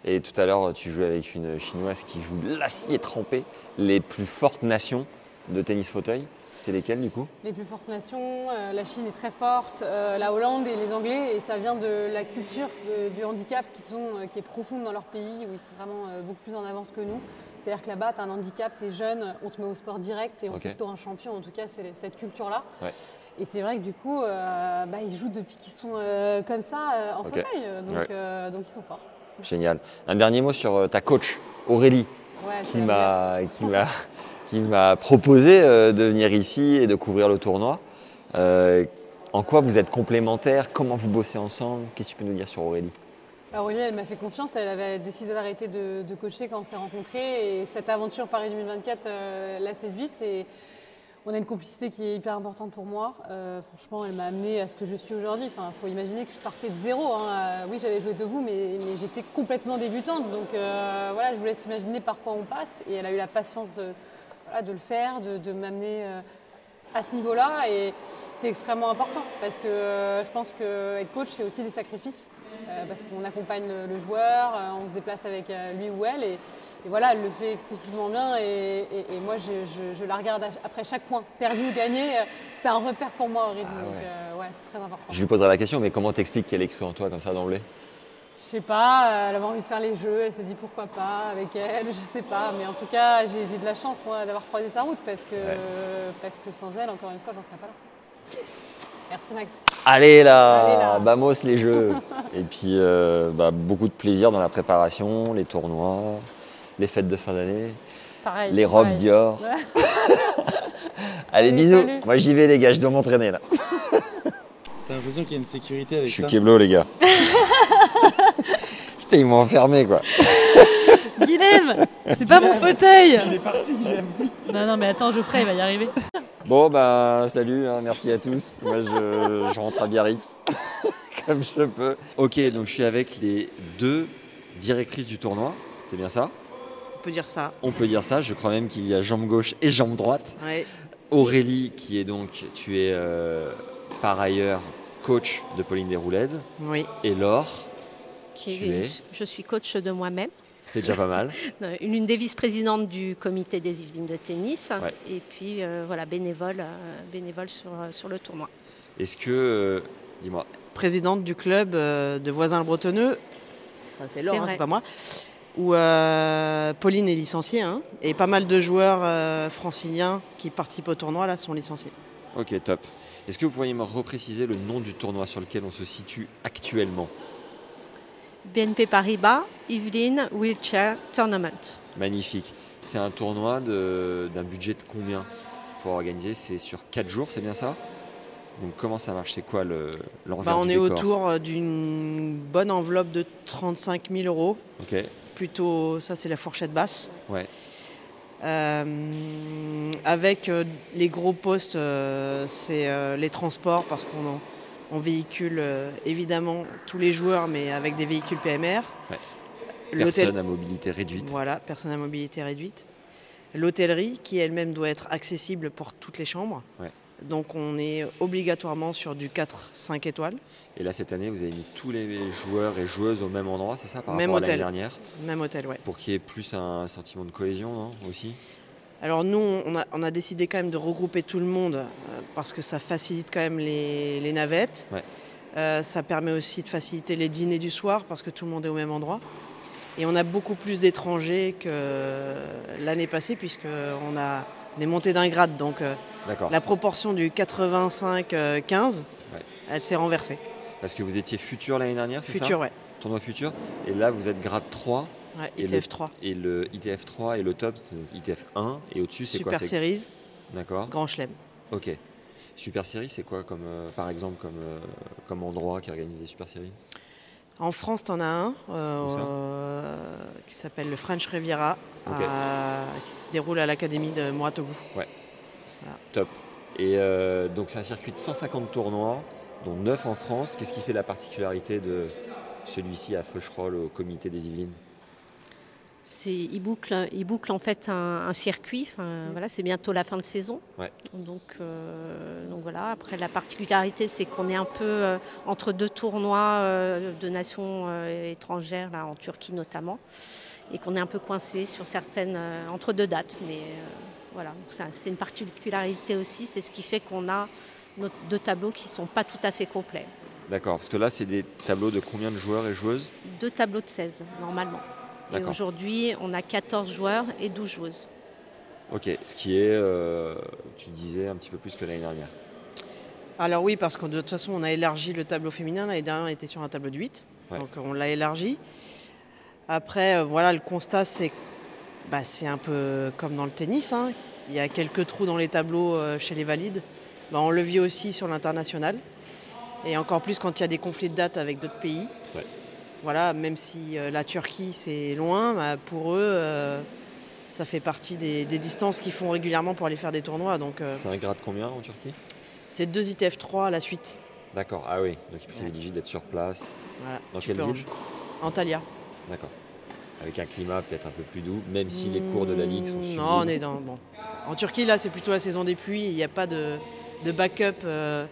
S1: Et tout à l'heure, tu jouais avec une chinoise qui joue l'acier trempé, les plus fortes nations de tennis fauteuil. C'est lesquelles du coup
S2: les plus fortes nations, euh, la Chine est très forte, euh, la Hollande et les Anglais, et ça vient de la culture de- du handicap qu'ils ont, euh, qui est profonde dans leur pays, où ils sont vraiment euh, beaucoup plus en avance que nous. C'est-à-dire que là-bas, tu as un handicap, tu es jeune, on te met au sport direct et on
S1: Ok.
S2: fait de toi un champion. En tout cas, c'est les- cette culture-là.
S1: Ouais.
S2: Et c'est vrai que du coup, euh, bah, ils jouent depuis qu'ils sont euh, comme ça euh, en
S1: Ok.
S2: fauteuil. euh, Donc,
S1: Ouais.
S2: euh, donc ils sont forts.
S1: Génial. Un dernier mot sur euh, ta coach, Aurélie,
S2: Ouais, c'est
S1: qui
S2: la
S1: m'a qui m'a qui m'a proposé euh, de venir ici et de couvrir le tournoi. Euh, en quoi vous êtes complémentaires Comment vous bossez ensemble Qu'est-ce que tu peux nous dire sur Aurélie
S2: Alors, Aurélie, elle m'a fait confiance, elle avait décidé d'arrêter de, de coacher quand on s'est rencontrés et cette aventure Paris 2024 euh, l'a séduite et on a une complicité qui est hyper importante pour moi. Euh, franchement, elle m'a amenée à ce que je suis aujourd'hui. Enfin, faut imaginer que je partais de zéro. hein. Euh, Oui, j'avais joué debout, mais, mais j'étais complètement débutante. Donc euh, voilà, je vous laisse imaginer par quoi on passe et elle a eu la patience de, voilà, de le faire, de, de m'amener. euh, à ce niveau-là et c'est extrêmement important parce que euh, je pense que être coach c'est aussi des sacrifices euh, parce qu'on accompagne le, le joueur, euh, on se déplace avec euh, lui ou elle et, et voilà elle le fait excessivement bien et, et- et moi je, je- je la regarde ach- après chaque point perdu ou gagné euh, c'est un repère pour moi Aurélie
S1: Ah
S2: donc
S1: ouais.
S2: euh, ouais c'est très important.
S1: Je lui poserai la question, mais comment t'expliques qu'elle ait cru en toi comme ça d'emblée
S2: Je sais pas, euh, elle avait envie de faire les jeux, elle s'est dit pourquoi pas avec elle, je sais pas. Mais en tout cas, j'ai j'ai de la chance moi d'avoir croisé sa route parce que, parce que sans elle, encore une fois, j'en serais pas là. Merci Max.
S1: Allez là,
S2: Allez là.
S1: Vamos les jeux Et puis euh, bah, beaucoup de plaisir dans la préparation, les tournois, les fêtes de fin d'année,
S2: Pareil.
S1: les robes
S2: pareil.
S1: Dior.
S2: Ouais.
S1: Allez,
S2: Allez,
S1: bisous
S2: salut.
S1: Moi j'y vais les gars, je dois m'entraîner là.
S8: T'as l'impression qu'il y a une sécurité avec
S1: Je suis
S8: ça
S1: Keblo les gars. Putain, ils m'ont enfermé quoi.
S9: Guilhem C'est pas mon fauteuil
S8: Il est parti, Guillaume.
S9: Non, non, mais attends, Geoffrey, il va y arriver.
S1: Bon bah salut, hein, merci à tous. Moi je, je rentre à Biarritz comme je peux. Ok, donc je suis avec les deux directrices du tournoi, c'est bien ça
S10: On peut dire ça.
S1: On peut dire ça, je crois même qu'il y a jambe gauche et jambe droite.
S10: Ouais.
S1: Aurélie, qui est donc, tu es euh, par ailleurs coach de Pauline Desroulèdes.
S10: Oui.
S1: Et Laure,
S11: qui
S1: Tu
S11: est-
S1: es
S11: je suis coach de moi-même,
S1: c'est déjà pas mal.
S11: euh, l'une des vice-présidentes du comité des Yvelines de tennis,
S1: Ouais.
S11: et puis euh, voilà bénévole, euh, bénévole sur, euh, sur le tournoi.
S1: Est-ce que, euh, dis-moi,
S10: Présidente du club euh, de voisins le Bretonneux. Enfin, c'est Laure,
S11: C'est
S10: hein,
S11: vrai.
S10: c'est pas moi. Où euh, Pauline est licenciée. hein, et pas mal de joueurs euh, franciliens qui participent au tournoi là sont licenciés.
S1: ok, top. Est-ce que vous pourriez me repréciser le nom du tournoi sur lequel on se situe actuellement
S11: BNP Paribas, Yvelines Wheelchair Tournament.
S1: Magnifique. C'est un tournoi de- d'un budget de combien pour organiser C'est sur 4 jours, c'est bien ça Donc comment ça marche C'est quoi le- l'envers
S10: Bah, on
S1: du
S10: est
S1: décor
S10: autour euh, d'une bonne enveloppe de 35 000 euros.
S1: Ok,
S10: Plutôt, ça c'est la fourchette basse.
S1: ouais.
S10: Euh, avec euh, les gros postes, euh, c'est euh, les transports parce qu'on en- on véhicule euh, évidemment tous les joueurs, mais avec des véhicules PMR.
S1: Ouais.
S10: L'hôtel-
S1: Personne à mobilité réduite.
S10: Voilà, personne à mobilité réduite. L'hôtellerie qui elle-même doit être accessible pour toutes les chambres.
S1: Ouais.
S10: Donc on est obligatoirement sur du 4-5 étoiles,
S1: Et là, cette année, vous avez mis tous les joueurs et joueuses au même endroit, c'est ça, par
S10: Même
S1: rapport à l'année
S10: hôtel.
S1: dernière
S10: même hôtel, ouais.
S1: Pour qu'il y ait plus un sentiment de cohésion, non Aussi
S10: Alors nous, on a, on a décidé quand même de regrouper tout le monde euh, parce que ça facilite quand même les, les navettes.
S1: Ouais.
S10: Euh, ça permet aussi de faciliter les dîners du soir parce que tout le monde est au même endroit. Et on a beaucoup plus d'étrangers que euh, l'année passée puisque on, a, on est monté d'un grade. Donc euh,
S1: D'accord.
S10: la proportion du 85-15,
S1: Ouais.
S10: elle s'est renversée.
S1: Parce que vous étiez futur l'année dernière, c'est ça
S10: Futur, ouais.
S1: Tournoi futur. Et là, vous êtes grade 3.
S10: Ouais,
S1: Et le-
S10: ITF3.
S1: Et le ITF 3 et le top, c'est donc ITF 1. Et au-dessus, c'est quoi
S10: Super
S1: c'est-
S10: Series,
S1: D'accord.
S10: Grand Chelem.
S1: Ok. Super série, c'est quoi comme, euh, par exemple comme, euh, comme endroit qui organise des super séries
S10: En France, tu en as un euh,
S1: Où ça
S10: euh, qui s'appelle le French Riviera,
S1: Ok.
S10: à- qui se déroule à l'Académie de Muratogu.
S1: Ouais. Top. Et euh, donc c'est un circuit de 150 tournois, dont 9 en France. Qu'est-ce qui fait la particularité de celui-ci à Feucherolles au comité des Yvelines
S11: C'est, il, boucle, il boucle en fait un, un circuit. euh, Voilà, c'est bientôt la fin de saison.
S1: Ouais.
S11: Donc, euh, donc voilà. Après, la particularité, c'est qu'on est un peu euh, entre deux tournois euh, de nations euh, étrangères, là, en Turquie notamment, et qu'on est un peu coincé sur certaines euh, entre deux dates. Mais euh, voilà, Donc ça, c'est une particularité aussi. C'est ce qui fait qu'on a nos deux tableaux qui sont pas tout à fait complets.
S1: D'accord, parce que là c'est des tableaux de combien de joueurs et joueuses
S11: Deux tableaux de 16 normalement. Et
S1: D'accord.
S11: aujourd'hui, on a 14 joueurs et 12 joueuses.
S1: Ok, ce qui est, euh, tu disais, un petit peu plus que l'année dernière.
S10: Alors oui, parce que de toute façon, on a élargi le tableau féminin. L'année dernière, on était sur un tableau de 8.
S1: Ouais.
S10: Donc on l'a élargi. Après, euh, voilà, le constat, c'est bah, c'est un peu comme dans le tennis. hein. Il y a quelques trous dans les tableaux euh, chez les valides. Bah, on le vit aussi sur l'international. Et encore plus quand il y a des conflits de date avec d'autres pays.
S1: Ouais.
S10: Voilà, même si euh, la Turquie, c'est loin, bah, pour eux, euh, ça fait partie des, des distances qu'ils font régulièrement pour aller faire des tournois. Donc euh,
S1: C'est un grade combien en Turquie
S10: c'est deux ITF3 à la suite.
S1: D'accord, ah oui, donc il privilégie d'être sur place.
S10: Voilà.
S1: Dans
S10: Tu
S1: quelle
S10: peux en-
S1: ville
S10: Antalya.
S1: D'accord. Avec un climat peut-être un peu plus doux, même si les cours de la Ligue sont
S10: Mm,
S1: subis.
S10: Non, on est dans. Bon. En Turquie, là, c'est plutôt la saison des pluies. Il n'y a pas de, de backup euh,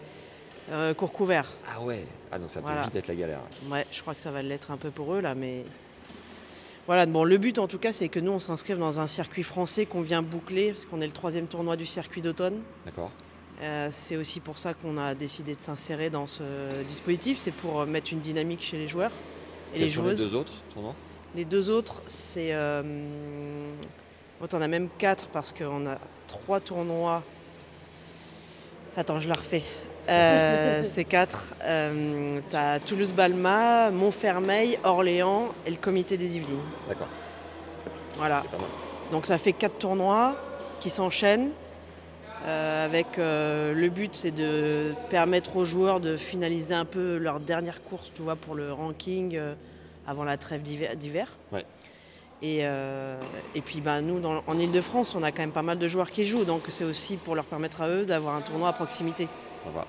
S10: euh, court couvert.
S1: Ah ouais Ah donc ça peut
S10: Voilà.
S1: vite être la galère.
S10: Ouais, je crois que ça va l'être un peu pour eux, là, mais. Voilà, bon, le but en tout cas, c'est que nous, on s'inscrive dans un circuit français qu'on vient boucler, parce qu'on est le troisième tournoi du circuit d'automne.
S1: D'accord
S10: Euh, c'est aussi pour ça qu'on a décidé de s'insérer dans ce dispositif, c'est pour euh, mettre une dynamique chez les joueurs et les
S1: Quels sont les
S10: joueuses.
S1: deux autres tournois
S10: Les deux autres, c'est. Euh, bon, t'en as même quatre parce qu'on a trois tournois. Attends, je la refais. Euh, c'est quatre. Euh, t'as Toulouse-Balma, Montfermeil, Orléans et le comité des Yvelines.
S1: D'accord.
S10: Voilà.
S1: C'est pas mal.
S10: Donc ça fait quatre tournois qui s'enchaînent. euh, avec euh, le but, c'est de permettre aux joueurs de finaliser un peu leur dernière course, tu vois, pour le ranking euh, avant la trêve d'hiver. d'hiver.
S1: Ouais.
S10: Et, euh, et puis bah, nous, dans- en Ile-de-France, on a quand même pas mal de joueurs qui jouent, donc c'est aussi pour leur permettre à eux d'avoir un tournoi à proximité.
S1: Ça va.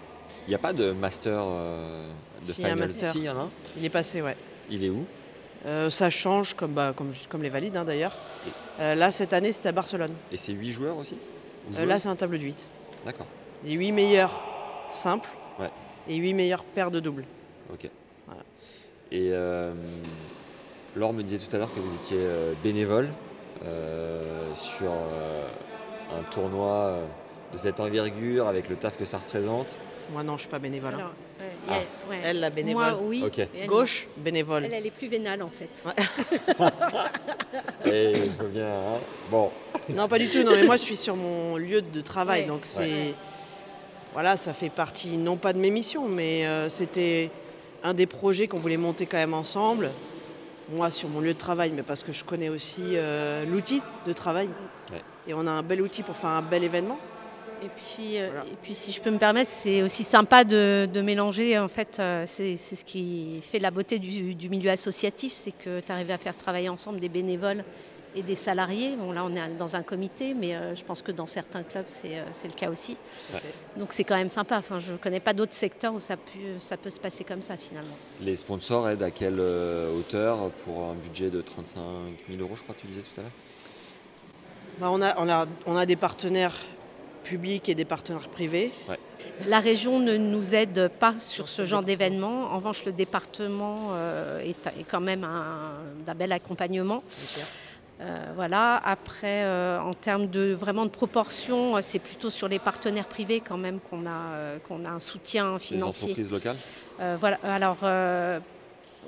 S1: Il n'y a pas de master euh, de
S10: S'il y a
S1: final
S10: un master.
S1: Si, il y en a un.
S10: Il est passé, ouais.
S1: Il est où
S10: Euh, ça change, comme, bah, comme, comme les valides hein, d'ailleurs. Euh, là, cette année, c'était à Barcelone.
S1: Et c'est 8 joueurs aussi Ou
S10: Euh, là,
S1: joueuses
S10: c'est un tableau de 8.
S1: D'accord.
S10: Les 8 meilleurs simples
S1: Ouais.
S10: et 8 meilleurs paires de doubles.
S1: Ok. Et euh, Laure me disait tout à l'heure que vous étiez euh, bénévole euh, sur euh, un tournoi euh, de cette envergure avec le taf que ça représente.
S10: Moi, non, je suis pas bénévole. hein.
S11: Alors, euh, il y
S1: Ah.
S11: a- ouais.
S10: Elle, la bénévole.
S11: Moi, oui.
S1: Ok.
S11: Et elle-
S10: Gauche, bénévole.
S11: Elle, elle est plus vénale en fait.
S1: Et il faut bien. hein. Bon.
S10: Non, pas du tout. Non, mais moi, je suis sur mon lieu de travail.
S11: Ouais.
S10: Donc, c'est.
S11: Ouais.
S10: Voilà, ça fait partie, non pas de mes missions, mais euh, c'était un des projets qu'on voulait monter quand même ensemble. Moi, sur mon lieu de travail, mais parce que je connais aussi euh, l'outil de travail.
S1: Ouais.
S10: Et on a un bel outil pour faire un bel événement.
S11: Et puis, euh, et puis, si je peux me permettre, c'est aussi sympa de, de mélanger. En fait, euh, c'est c'est ce qui fait la beauté du, du milieu associatif, c'est que tu arrives à faire travailler ensemble des bénévoles et des salariés. Bon, là, on est dans un comité, mais euh, je pense que dans certains clubs, c'est euh, c'est le cas aussi.
S1: Ouais.
S11: Donc, c'est quand même sympa. Enfin, je ne connais pas d'autres secteurs où ça, pu- ça peut se passer comme ça, finalement.
S1: Les sponsors aident à quelle euh, hauteur pour un budget de 35 000 euros, je crois que tu disais tout à l'heure
S10: Bah, on, a, on, a, on a des partenaires publics et des partenaires privés.
S1: Ouais.
S11: La région ne nous aide pas sur ce genre d'événement. En revanche, le département euh, est, est quand même un- d'un bel accompagnement. Euh, voilà. Après, euh, en termes de vraiment de proportion, euh, c'est plutôt sur les partenaires privés quand même qu'on a euh, qu'on a un soutien
S1: Les
S11: financier.
S1: entreprises locales
S11: Euh, voilà. Alors. euh,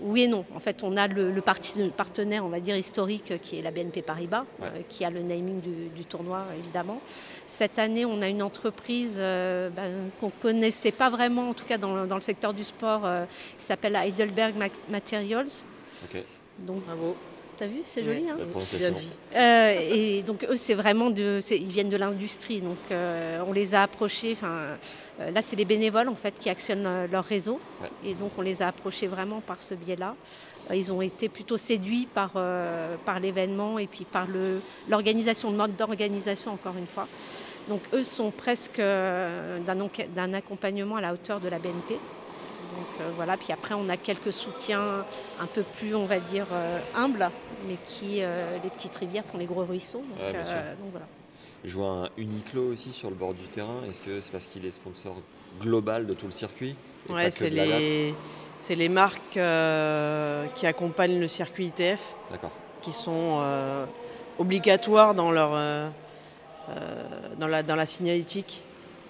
S11: oui et non. En fait, on a le, le parti- le partenaire, on va dire, historique, euh, qui est la BNP Paribas,
S1: Ouais.
S11: euh, qui a le naming du, du tournoi, évidemment. Cette année, on a une entreprise euh, ben, qu'on ne connaissait pas vraiment, en tout cas dans, le- dans le secteur du sport, euh, qui s'appelle Heidelberg Ma- Materials,
S1: Ok.
S11: donc, t'as vu, c'est joli.
S1: Ouais.
S11: hein
S1: La prononciation. Bien dit.
S11: Euh, et donc eux, c'est vraiment de, c'est- ils viennent de l'industrie, donc euh, on les a approchés. Enfin, euh, là, c'est les bénévoles en fait qui actionnent euh, leur réseau,
S1: Ouais.
S11: et donc on les a approchés vraiment par ce biais-là. Euh, Ils ont été plutôt séduits par, euh, par l'événement et puis par le, l'organisation, le mode d'organisation encore une fois. Donc eux sont presque euh, d'un, enca- d'un accompagnement à la hauteur de la BNP. Donc euh, voilà, puis après on a quelques soutiens un peu plus, on va dire, euh, humbles, mais qui, euh, les petites rivières font les gros ruisseaux. Donc,
S1: Ouais, bien sûr.
S11: euh, donc voilà.
S1: Je vois un Uniqlo aussi sur le bord du terrain. Est-ce que c'est parce qu'il est sponsor global de tout le circuit et pas
S10: Ouais,
S1: que
S10: c'est
S1: de la latte
S10: les, c'est les marques euh, qui accompagnent le circuit ITF,
S1: D'accord.
S10: qui sont euh, obligatoires dans, leur, euh, euh, dans, la, dans la signalétique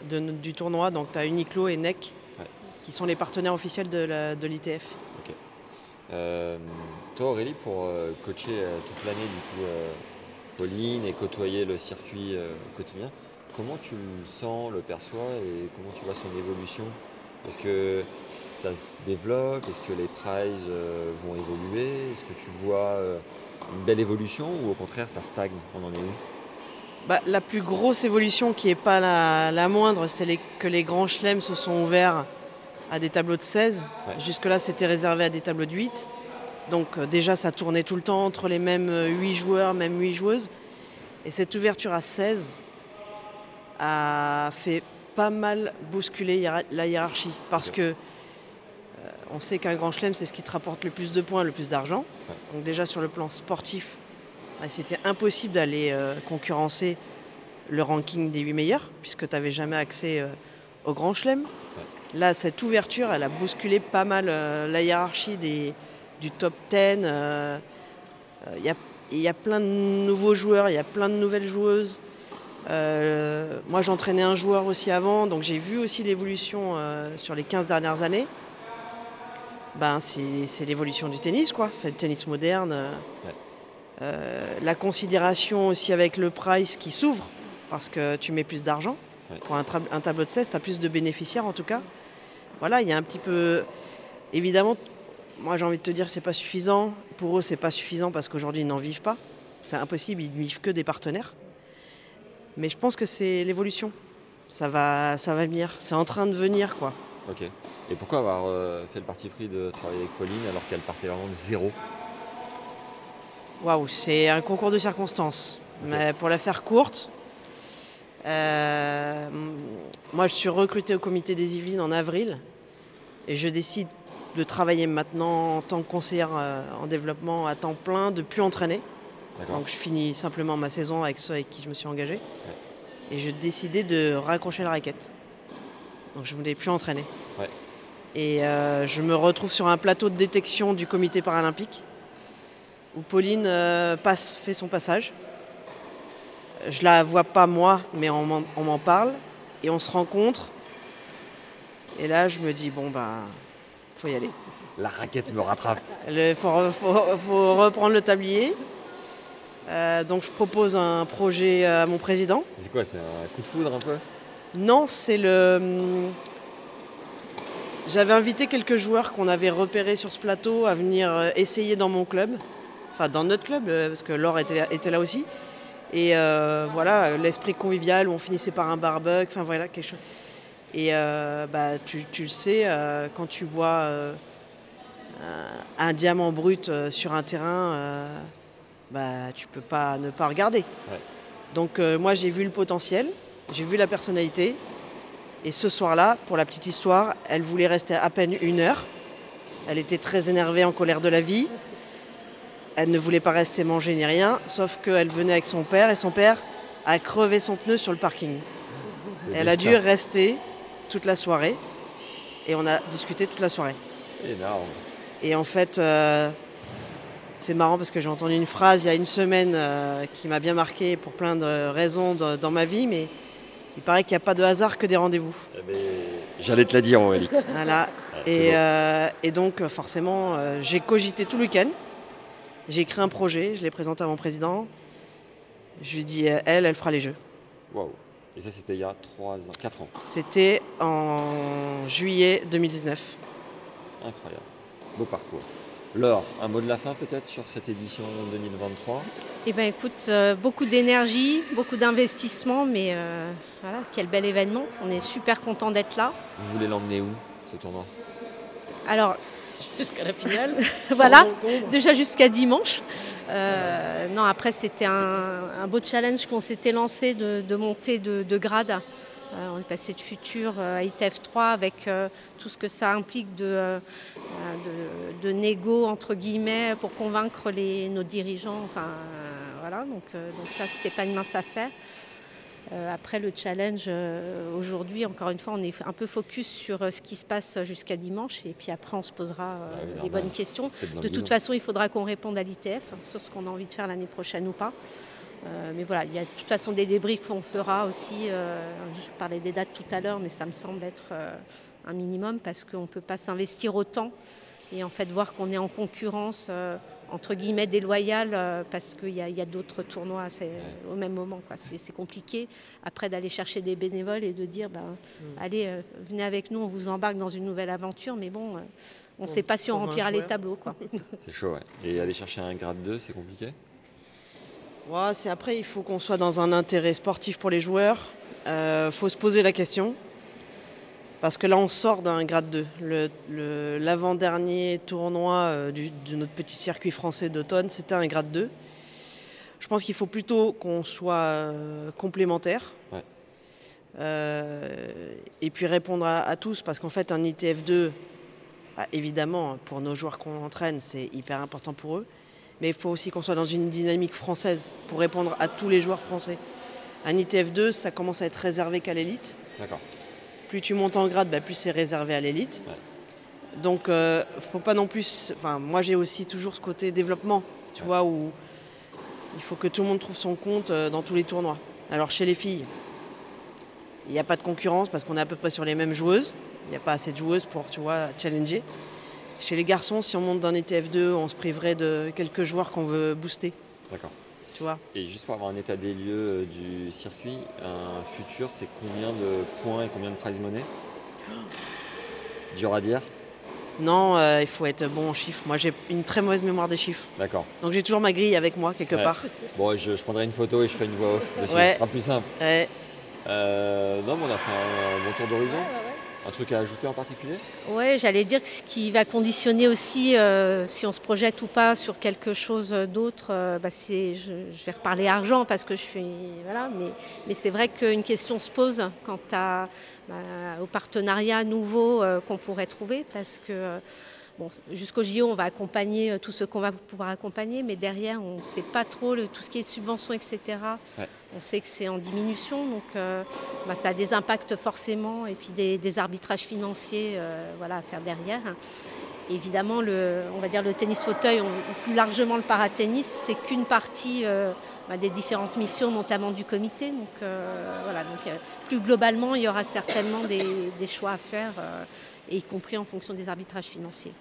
S10: de no- du tournoi. Donc tu as Uniqlo et NEC,
S1: Ouais.
S10: qui sont les partenaires officiels de la- de l'ITF.
S1: Ok. Euh, toi, Aurélie, pour euh, coacher euh, toute l'année, du coup, euh, Pauline et côtoyer le circuit euh, quotidien, comment tu le sens, le perçois et comment tu vois son évolution Est-ce que ça se développe Est-ce que les prizes euh, vont évoluer Est-ce que tu vois euh, une belle évolution ou au contraire ça stagne On en est où
S10: Bah, la plus grosse évolution qui n'est pas la, la moindre, c'est les- que les grands chelems se sont ouverts à des tableaux de 16. Jusque-là, c'était réservé à des tableaux de 8. Donc euh, déjà, ça tournait tout le temps entre les mêmes 8 joueurs, même 8 joueuses. Et cette ouverture à 16 a fait pas mal bousculer hiéra- la hiérarchie. Parce que euh, on sait qu'un grand chelem, c'est ce qui te rapporte le plus de points, le plus d'argent. Donc déjà sur le plan sportif, bah, c'était impossible d'aller euh, concurrencer le ranking des 8 meilleurs, puisque tu n'avais jamais accès euh, au grand chelem. Là, cette ouverture, elle a bousculé pas mal euh, la hiérarchie des, du top 10. euh, euh, Il y, a, il y a plein de nouveaux joueurs, il y a plein de nouvelles joueuses. Euh, moi, j'entraînais un joueur aussi avant, donc j'ai vu aussi l'évolution euh, sur les 15 dernières années. Ben, c'est c'est l'évolution du tennis, quoi. C'est le tennis moderne. euh, euh, la considération aussi avec le price qui s'ouvre, parce que tu mets plus d'argent.
S1: Ouais.
S10: Pour un, tra- un tableau de 16, tu as plus de bénéficiaires en tout cas. Voilà, il y a un petit peu. Évidemment, moi j'ai envie de te dire c'est pas suffisant. Pour eux, c'est pas suffisant parce qu'aujourd'hui ils n'en vivent pas. C'est impossible, ils ne vivent que des partenaires. Mais je pense que c'est l'évolution. Ça va, ça va venir. C'est en train de venir, quoi.
S1: Ok. Et pourquoi avoir euh, fait le parti pris de travailler avec Pauline alors qu'elle partait vraiment de zéro
S10: Waouh, c'est un concours de circonstances. Mais pour la faire courte, euh, moi je suis recrutée au comité des Yvelines en avril et je décide de travailler maintenant en tant que conseillère euh, en développement à temps plein, de plus entraîner.
S1: D'accord.
S10: Donc je finis simplement ma saison avec ceux avec qui je me suis engagée et je décidais de raccrocher la raquette. Donc je ne voulais plus entraîner.
S1: Ouais.
S10: Et euh, je me retrouve sur un plateau de détection du comité paralympique où Pauline euh, passe, fait son passage. Je la vois pas moi, mais on m'en on m'en parle et on se rencontre. Et là, je me dis bon bah, faut y aller.
S1: La raquette me rattrape.
S10: Il faut, re- faut- faut reprendre le tablier. Euh, donc je propose un projet euh, à mon président.
S1: C'est quoi C'est un coup de foudre un peu
S10: Non, c'est le. hum, J'avais invité quelques joueurs qu'on avait repérés sur ce plateau à venir euh, essayer dans mon club, enfin dans notre club, euh, parce que Laure était, était là aussi. Et euh, voilà, euh, l'esprit convivial où on finissait par un barbecue, enfin voilà, quelque chose. Et euh, bah, tu, tu le sais, euh, quand tu vois euh, un- un diamant brut euh, sur un terrain, euh, bah, tu peux pas ne pas regarder.
S1: Ouais.
S10: Donc euh, moi j'ai vu le potentiel, j'ai vu la personnalité. Et ce soir-là, pour la petite histoire, elle voulait rester à peine une heure. Elle était très énervée, en colère de la vie. Elle ne voulait pas rester manger ni rien, sauf qu'elle venait avec son père et son père a crevé son pneu sur le parking.
S1: Le
S10: elle a
S1: destin.
S10: dû rester toute la soirée et on a discuté toute la soirée.
S1: Énorme.
S10: Et en fait, euh, c'est marrant parce que j'ai entendu une phrase il y a une semaine euh, qui m'a bien marqué pour plein de raisons de- dans ma vie, mais il paraît qu'il n'y a pas de hasard que des rendez-vous.
S1: J'allais te la dire, Aurélie.
S10: Voilà.
S1: Eh ben, Ah, c'est
S10: Et,
S1: beau.
S10: euh, et donc, euh, forcément, euh, j'ai cogité tout le week-end. J'ai écrit un projet, je l'ai présenté à mon président. Je lui ai dit, euh, elle, elle fera les jeux.
S1: Waouh. Et ça, c'était il y a 3 ans, 4 ans.
S10: C'était en juillet 2019.
S1: Incroyable. Beau parcours. Laure, un mot de la fin peut-être sur cette édition 2023
S11: Eh bien, écoute, euh, beaucoup d'énergie, beaucoup d'investissement, mais euh, voilà, quel bel événement. On est super content d'être là.
S1: Vous voulez l'emmener où ce tournoi
S11: Alors, jusqu'à
S12: la finale, sans
S11: voilà,
S12: encombre.
S11: déjà jusqu'à dimanche. Euh, non, après, c'était un, un beau challenge qu'on s'était lancé de, de monter de, de grade. Euh, on est passé de futur euh, à ITF 3 avec euh, tout ce que ça implique de, euh, de, de négo, entre guillemets, pour convaincre les, nos dirigeants. Enfin, voilà, donc, euh, donc ça, c'était pas une mince affaire. Euh, après le challenge, euh, aujourd'hui, encore une fois, on est un peu focus sur euh, ce qui se passe jusqu'à dimanche et puis après, on se posera euh,
S1: Bah oui,
S11: les
S1: normal.
S11: bonnes questions.
S1: Peut-être dans le
S11: De toute
S1: bilan.
S11: façon, il faudra qu'on réponde à l'ITF hein, sur ce qu'on a envie de faire l'année prochaine ou pas. Euh, mais voilà, il y a de toute façon des débris qu'on fera aussi. euh, je parlais des dates tout à l'heure, mais ça me semble être euh, un minimum parce qu'on ne peut pas s'investir autant et en fait voir qu'on est en concurrence. euh, entre guillemets déloyale euh, parce qu'il y a, il y a d'autres tournois c'est- au même moment. quoi. C'est c'est compliqué après d'aller chercher des bénévoles et de dire ben, allez, euh, venez avec nous, on vous embarque dans une nouvelle aventure, mais bon, euh, on
S12: On-
S11: ne sait pas si on
S12: on veut un
S11: remplira les
S12: joueur.
S11: tableaux. Quoi.
S1: C'est chaud, ouais. Et aller chercher un grade 2, c'est compliqué
S10: Ouais, c'est après, il faut qu'on soit dans un intérêt sportif pour les joueurs. Euh, faut se poser la question. Parce que là, on sort d'un grade 2. Le- le- L'avant-dernier tournoi euh, du- de notre petit circuit français d'automne, c'était un grade 2. Je pense qu'il faut plutôt qu'on soit euh, complémentaires.
S1: Ouais.
S10: Euh, et puis répondre à, à tous, parce qu'en fait, un ITF2, bah, évidemment, pour nos joueurs qu'on entraîne, c'est hyper important pour eux. Mais il faut aussi qu'on soit dans une dynamique française pour répondre à tous les joueurs français. Un ITF2, ça commence à être réservé qu'à l'élite.
S1: D'accord.
S10: Plus tu montes en grade, bah, plus c'est réservé à l'élite. Donc, euh, faut pas non plus. Enfin, moi, j'ai aussi toujours ce côté développement, tu vois, où il faut que tout le monde trouve son compte euh, dans tous les tournois. Alors, chez les filles, il n'y a pas de concurrence parce qu'on est à peu près sur les mêmes joueuses. Il n'y a pas assez de joueuses pour, tu vois, challenger. Chez les garçons, si on monte d'un ITF2, on se priverait de quelques joueurs qu'on veut booster.
S1: D'accord.
S10: Tu vois.
S1: Et juste pour avoir un état des lieux euh, du circuit, un futur, c'est combien de points et combien de prize money Dur à dire
S10: Non, euh, il faut être bon en chiffres. Moi, j'ai une très mauvaise mémoire des chiffres.
S1: D'accord.
S10: Donc, j'ai toujours ma grille avec moi, quelque
S1: Ouais.
S10: part.
S1: Bon, je, je prendrai une photo et je ferai une voix off dessus.
S10: Ouais.
S1: Ce sera plus simple.
S10: Ouais.
S1: Euh, non, mais on a fait un bon tour d'horizon. Un truc à ajouter en particulier
S11: Oui, j'allais dire que ce qui va conditionner aussi euh, si on se projette ou pas sur quelque chose d'autre, euh, bah, c'est, je, je vais reparler argent parce que je suis. Voilà, mais, mais c'est vrai qu'une question se pose quant à, bah, au partenariat nouveau euh, qu'on pourrait trouver parce que. euh, Bon, jusqu'au JO, on va accompagner euh, tous ceux qu'on va pouvoir accompagner, mais derrière, on ne sait pas trop le- tout ce qui est subvention, etc.
S1: Ouais.
S11: On sait que c'est en diminution, donc euh, bah, ça a des impacts forcément, et puis des, des arbitrages financiers euh, voilà, à faire derrière. Évidemment, le, on va dire le tennis fauteuil, ou ou plus largement le paratennis, c'est qu'une partie euh, bah, des différentes missions, notamment du comité. Donc, euh, voilà, donc, euh, plus globalement, il y aura certainement des, des choix à faire, euh, et y compris en fonction des arbitrages financiers.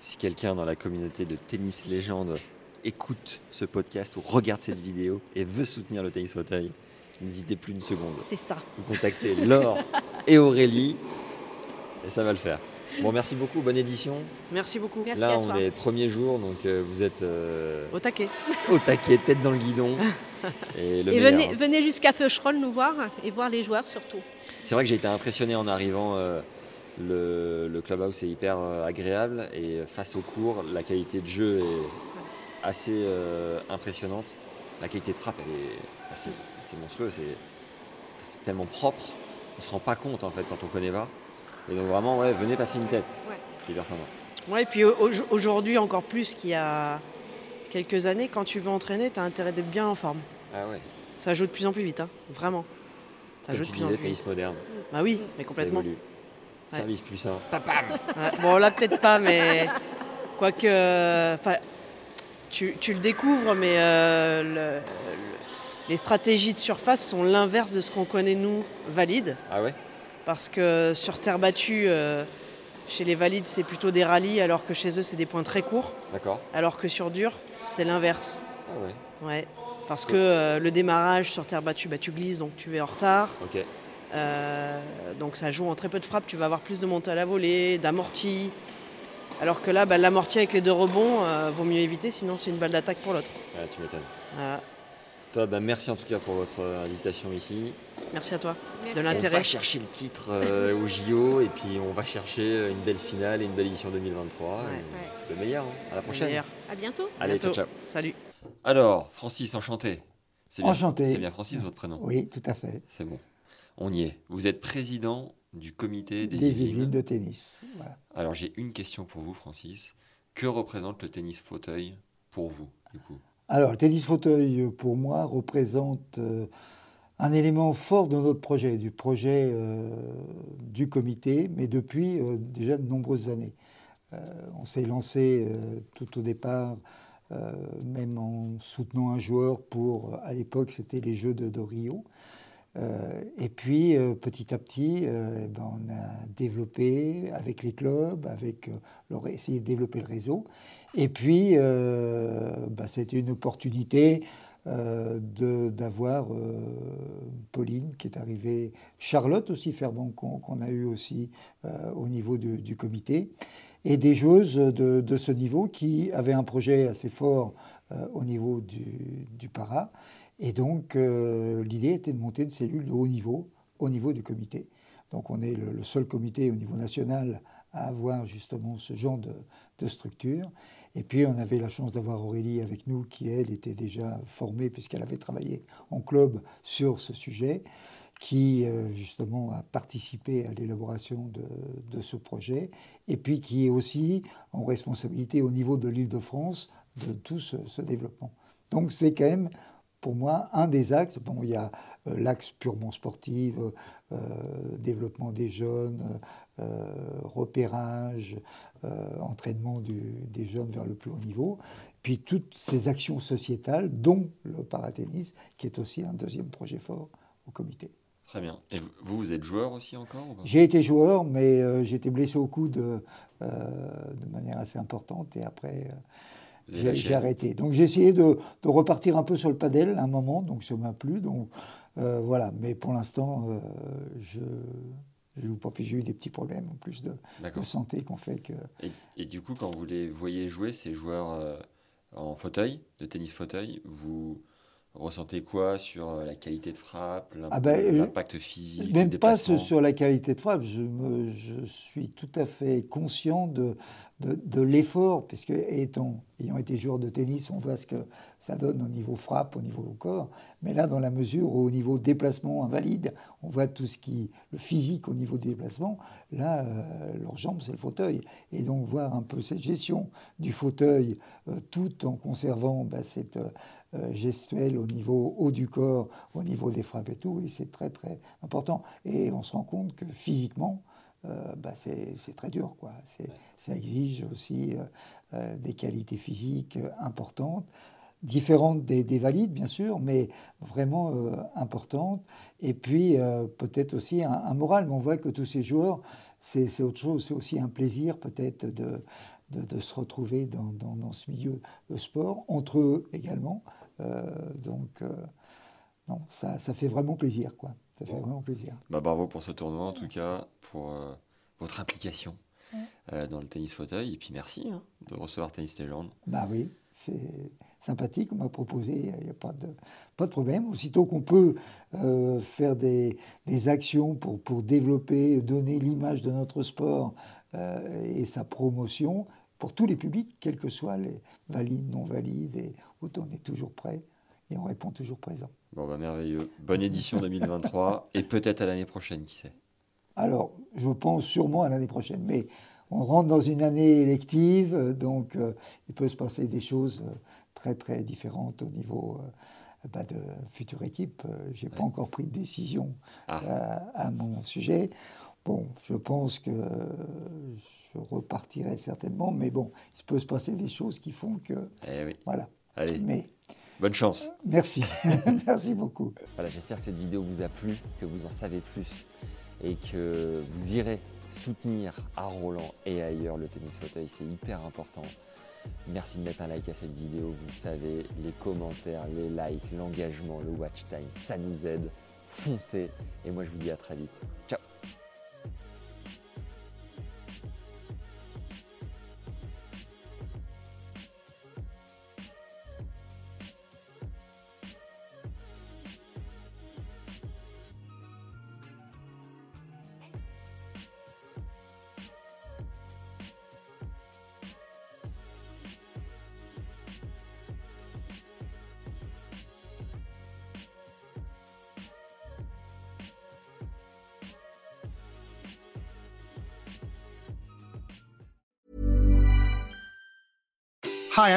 S1: Si quelqu'un dans la communauté de tennis légende écoute ce podcast ou regarde cette vidéo et veut soutenir le tennis fauteuil, n'hésitez plus une seconde.
S11: C'est ça.
S1: Vous contactez Laure et Aurélie et ça va le faire. Bon, merci beaucoup, bonne édition.
S10: Merci beaucoup.
S1: Là, on est premier jour, donc euh, vous êtes euh,
S10: Au taquet.
S1: au taquet, tête dans le guidon. Et, le
S11: et
S1: meilleur. hein.
S11: venez, venez jusqu'à Feucherolles nous voir, et voir les joueurs surtout.
S1: C'est vrai que j'ai été impressionné en arrivant. euh, le, le clubhouse est hyper euh, agréable et face au cours, la qualité de jeu est assez euh, impressionnante. La qualité de frappe, elle est, enfin, c'est, c'est monstrueux, c'est, c'est tellement propre. On se rend pas compte en fait quand on connaît pas. Et donc vraiment, ouais, venez passer une tête.
S10: Ouais.
S1: C'est hyper sympa.
S10: Ouais, et puis au- au- aujourd'hui, encore plus qu'il y a quelques années, quand tu veux entraîner, tu as intérêt d'être bien en forme.
S1: Ah ouais.
S10: Ça joue de plus en plus vite, hein, vraiment. Ça
S1: Comme
S10: joue de
S1: tu
S10: plus en
S1: disais,
S10: plus
S1: tennis
S10: vite.
S1: moderne.
S10: Bah oui, mais
S1: Ça
S10: complètement.
S1: évolue.
S10: Ouais.
S1: Service plus simple. Papam
S10: Ouais, bon, là, peut-être pas, mais. Quoique. euh, Enfin, tu, tu le découvres, mais euh, le- le- les stratégies de surface sont l'inverse de ce qu'on connaît, nous, valides.
S1: Ah ouais
S10: Parce que sur terre battue, euh, chez les valides, c'est plutôt des rallyes, alors que chez eux, c'est des points très courts.
S1: D'accord.
S10: Alors que sur dur, c'est l'inverse.
S1: Ah ouais.
S10: Ouais. Parce que euh, le démarrage sur terre battue, bah, tu glisses, donc tu es en retard.
S1: Ok.
S10: Euh, donc ça joue en très peu de frappes. Tu vas avoir plus de montée à la volée, d'amorti. Alors que là, bah, l'amorti avec les deux rebonds, euh, vaut mieux éviter, sinon c'est une balle d'attaque pour l'autre.
S1: Ah, tu m'étonnes.
S10: Voilà.
S1: Toi, bah, merci en tout cas pour votre euh, invitation ici.
S10: Merci à toi de
S1: On
S10: l'intérêt.
S1: va chercher le titre euh, au JO et puis on va chercher une belle finale et une belle édition 2023.
S10: Ouais.
S1: et Le meilleur. hein. À la prochaine.
S10: D'ailleurs.
S11: À bientôt.
S1: Allez,
S10: Bientôt.
S1: ciao, ciao.
S10: Salut.
S1: Alors, Francis, enchanté. C'est bien-
S12: Enchanté.
S1: C'est bien Francis, votre prénom
S12: Oui, tout à fait.
S1: C'est bon. On y est. Vous êtes président du comité des,
S12: Des
S1: Yvelines.
S12: Yvelines de tennis, voilà.
S1: Alors, j'ai une question pour vous, Francis. Que représente le tennis fauteuil pour vous, du coup
S12: Alors, le tennis fauteuil, euh, pour moi, représente euh, un élément fort de notre projet, du projet euh, du comité, mais depuis euh, déjà de nombreuses années. Euh, on s'est lancé euh, tout au départ, euh, même en soutenant un joueur pour, euh, à l'époque, c'était les Jeux de, de Rio. Euh, et puis, euh, petit à petit, euh, eh ben, on a développé avec les clubs, avec euh, leur, essayer de développer le réseau. Et puis, euh, bah, c'était une opportunité euh, de- d'avoir euh, Pauline qui est arrivée, Charlotte aussi, Ferban, qu'on qu'on a eu aussi euh, au niveau du, du comité, et des joueuses de, de ce niveau qui avaient un projet assez fort euh, au niveau du, du para. Et donc, euh, l'idée était de monter une cellule de haut niveau au niveau du comité. Donc, on est le, le seul comité au niveau national à avoir justement ce genre de, de structure. Et puis, on avait la chance d'avoir Aurélie avec nous, qui, elle, était déjà formée, puisqu'elle avait travaillé en club sur ce sujet, qui, euh, justement, a participé à l'élaboration de, de ce projet, et puis qui est aussi en responsabilité au niveau de l'Île-de-France de tout ce- ce développement. Donc, c'est quand même pour moi, un des axes, bon, il y a euh, l'axe purement sportif, euh, euh, développement des jeunes, euh, repérage, euh, entraînement du- des jeunes vers le plus haut niveau, puis toutes ces actions sociétales, dont le paratennis, qui est aussi un deuxième projet fort au comité.
S1: Très bien. Et vous, vous êtes joueur aussi encore ou pas
S12: J'ai été joueur, mais euh, j'ai été blessé au coude euh, de manière assez importante et après euh,
S1: Vous avez
S12: j'ai
S1: lâché.
S12: j'ai arrêté. Donc j'ai essayé de, de repartir un peu sur le padel à un moment, donc ça m'a plu. Donc euh, voilà, mais pour l'instant, euh, je je joue pas. Puis j'ai eu des petits problèmes en plus de,
S1: D'accord.
S12: de santé qu'on fait que.
S1: Et, et du coup, quand vous les voyez jouer, ces joueurs euh, en fauteuil, de tennis fauteuil, vous ressentez quoi sur euh, la qualité de frappe, l'imp-
S12: Ah ben, euh,
S1: l'impact physique, le
S12: Même pas
S1: déplacement
S12: ce- sur la qualité de frappe. Je, me- je suis tout à fait conscient de, de, de l'effort, puisque étant, ayant été joueur de tennis, on voit ce que ça donne au niveau frappe, au niveau corps. Mais là, dans la mesure où au niveau déplacement invalide, on voit tout ce qui, le physique au niveau du déplacement, là, euh, leurs jambes, c'est le fauteuil. Et donc, voir un peu cette gestion du fauteuil, euh, tout en conservant bah, cette euh, euh, gestuelle au niveau haut du corps, au niveau des frappes et tout, et c'est très, très important. Et on se rend compte que physiquement, euh, bah, c'est c'est très dur. Quoi. C'est- Ça exige aussi euh, euh, des qualités physiques euh, importantes, différentes des, des valides, bien sûr, mais vraiment euh, importantes. Et puis, euh, peut-être aussi un, un moral. Mais on voit que tous ces joueurs, c'est c'est autre chose. C'est aussi un plaisir, peut-être, de, de, de se retrouver dans, dans- dans ce milieu de sport, entre eux également. Euh, donc, euh, non, ça, ça fait vraiment plaisir, quoi. Ça fait vraiment plaisir.
S1: Bah, bravo pour ce tournoi, en tout cas, pour euh, votre implication
S12: Ouais.
S1: euh, dans le tennis fauteuil. Et puis merci hein, de recevoir Tennis Légende.
S12: Bah oui, c'est sympathique, on m'a proposé, il n'y a pas de, pas de problème. Aussitôt qu'on peut euh, faire des, des actions pour, pour développer, donner l'image de notre sport euh, et sa promotion, pour tous les publics, quels que soient les valides, non valides, et autres, on est toujours prêt et on répond toujours présent.
S1: Bon, bah, merveilleux. Bonne édition 2023 et peut-être à l'année prochaine, qui sait.
S12: Alors, je pense sûrement à l'année prochaine, mais on rentre dans une année élective, euh, donc euh, il peut se passer des choses euh, très très différentes au niveau euh, bah, de future équipe. Je n'ai pas encore pris de décision euh, à mon sujet. Bon, je pense que euh, je repartirai certainement, mais bon, il peut se passer des choses qui font que...
S1: Eh oui.
S12: Voilà.
S1: Allez.
S12: Mais-
S1: Bonne chance.
S12: Merci, merci beaucoup.
S1: Voilà, j'espère que cette vidéo vous a plu, que vous en savez plus et que vous irez soutenir à Roland et ailleurs le tennis fauteuil, c'est hyper important. Merci de mettre un like à cette vidéo, vous le savez, les commentaires, les likes, l'engagement, le watch time, ça nous aide. Foncez et moi je vous dis à très vite. Ciao
S13: Hi,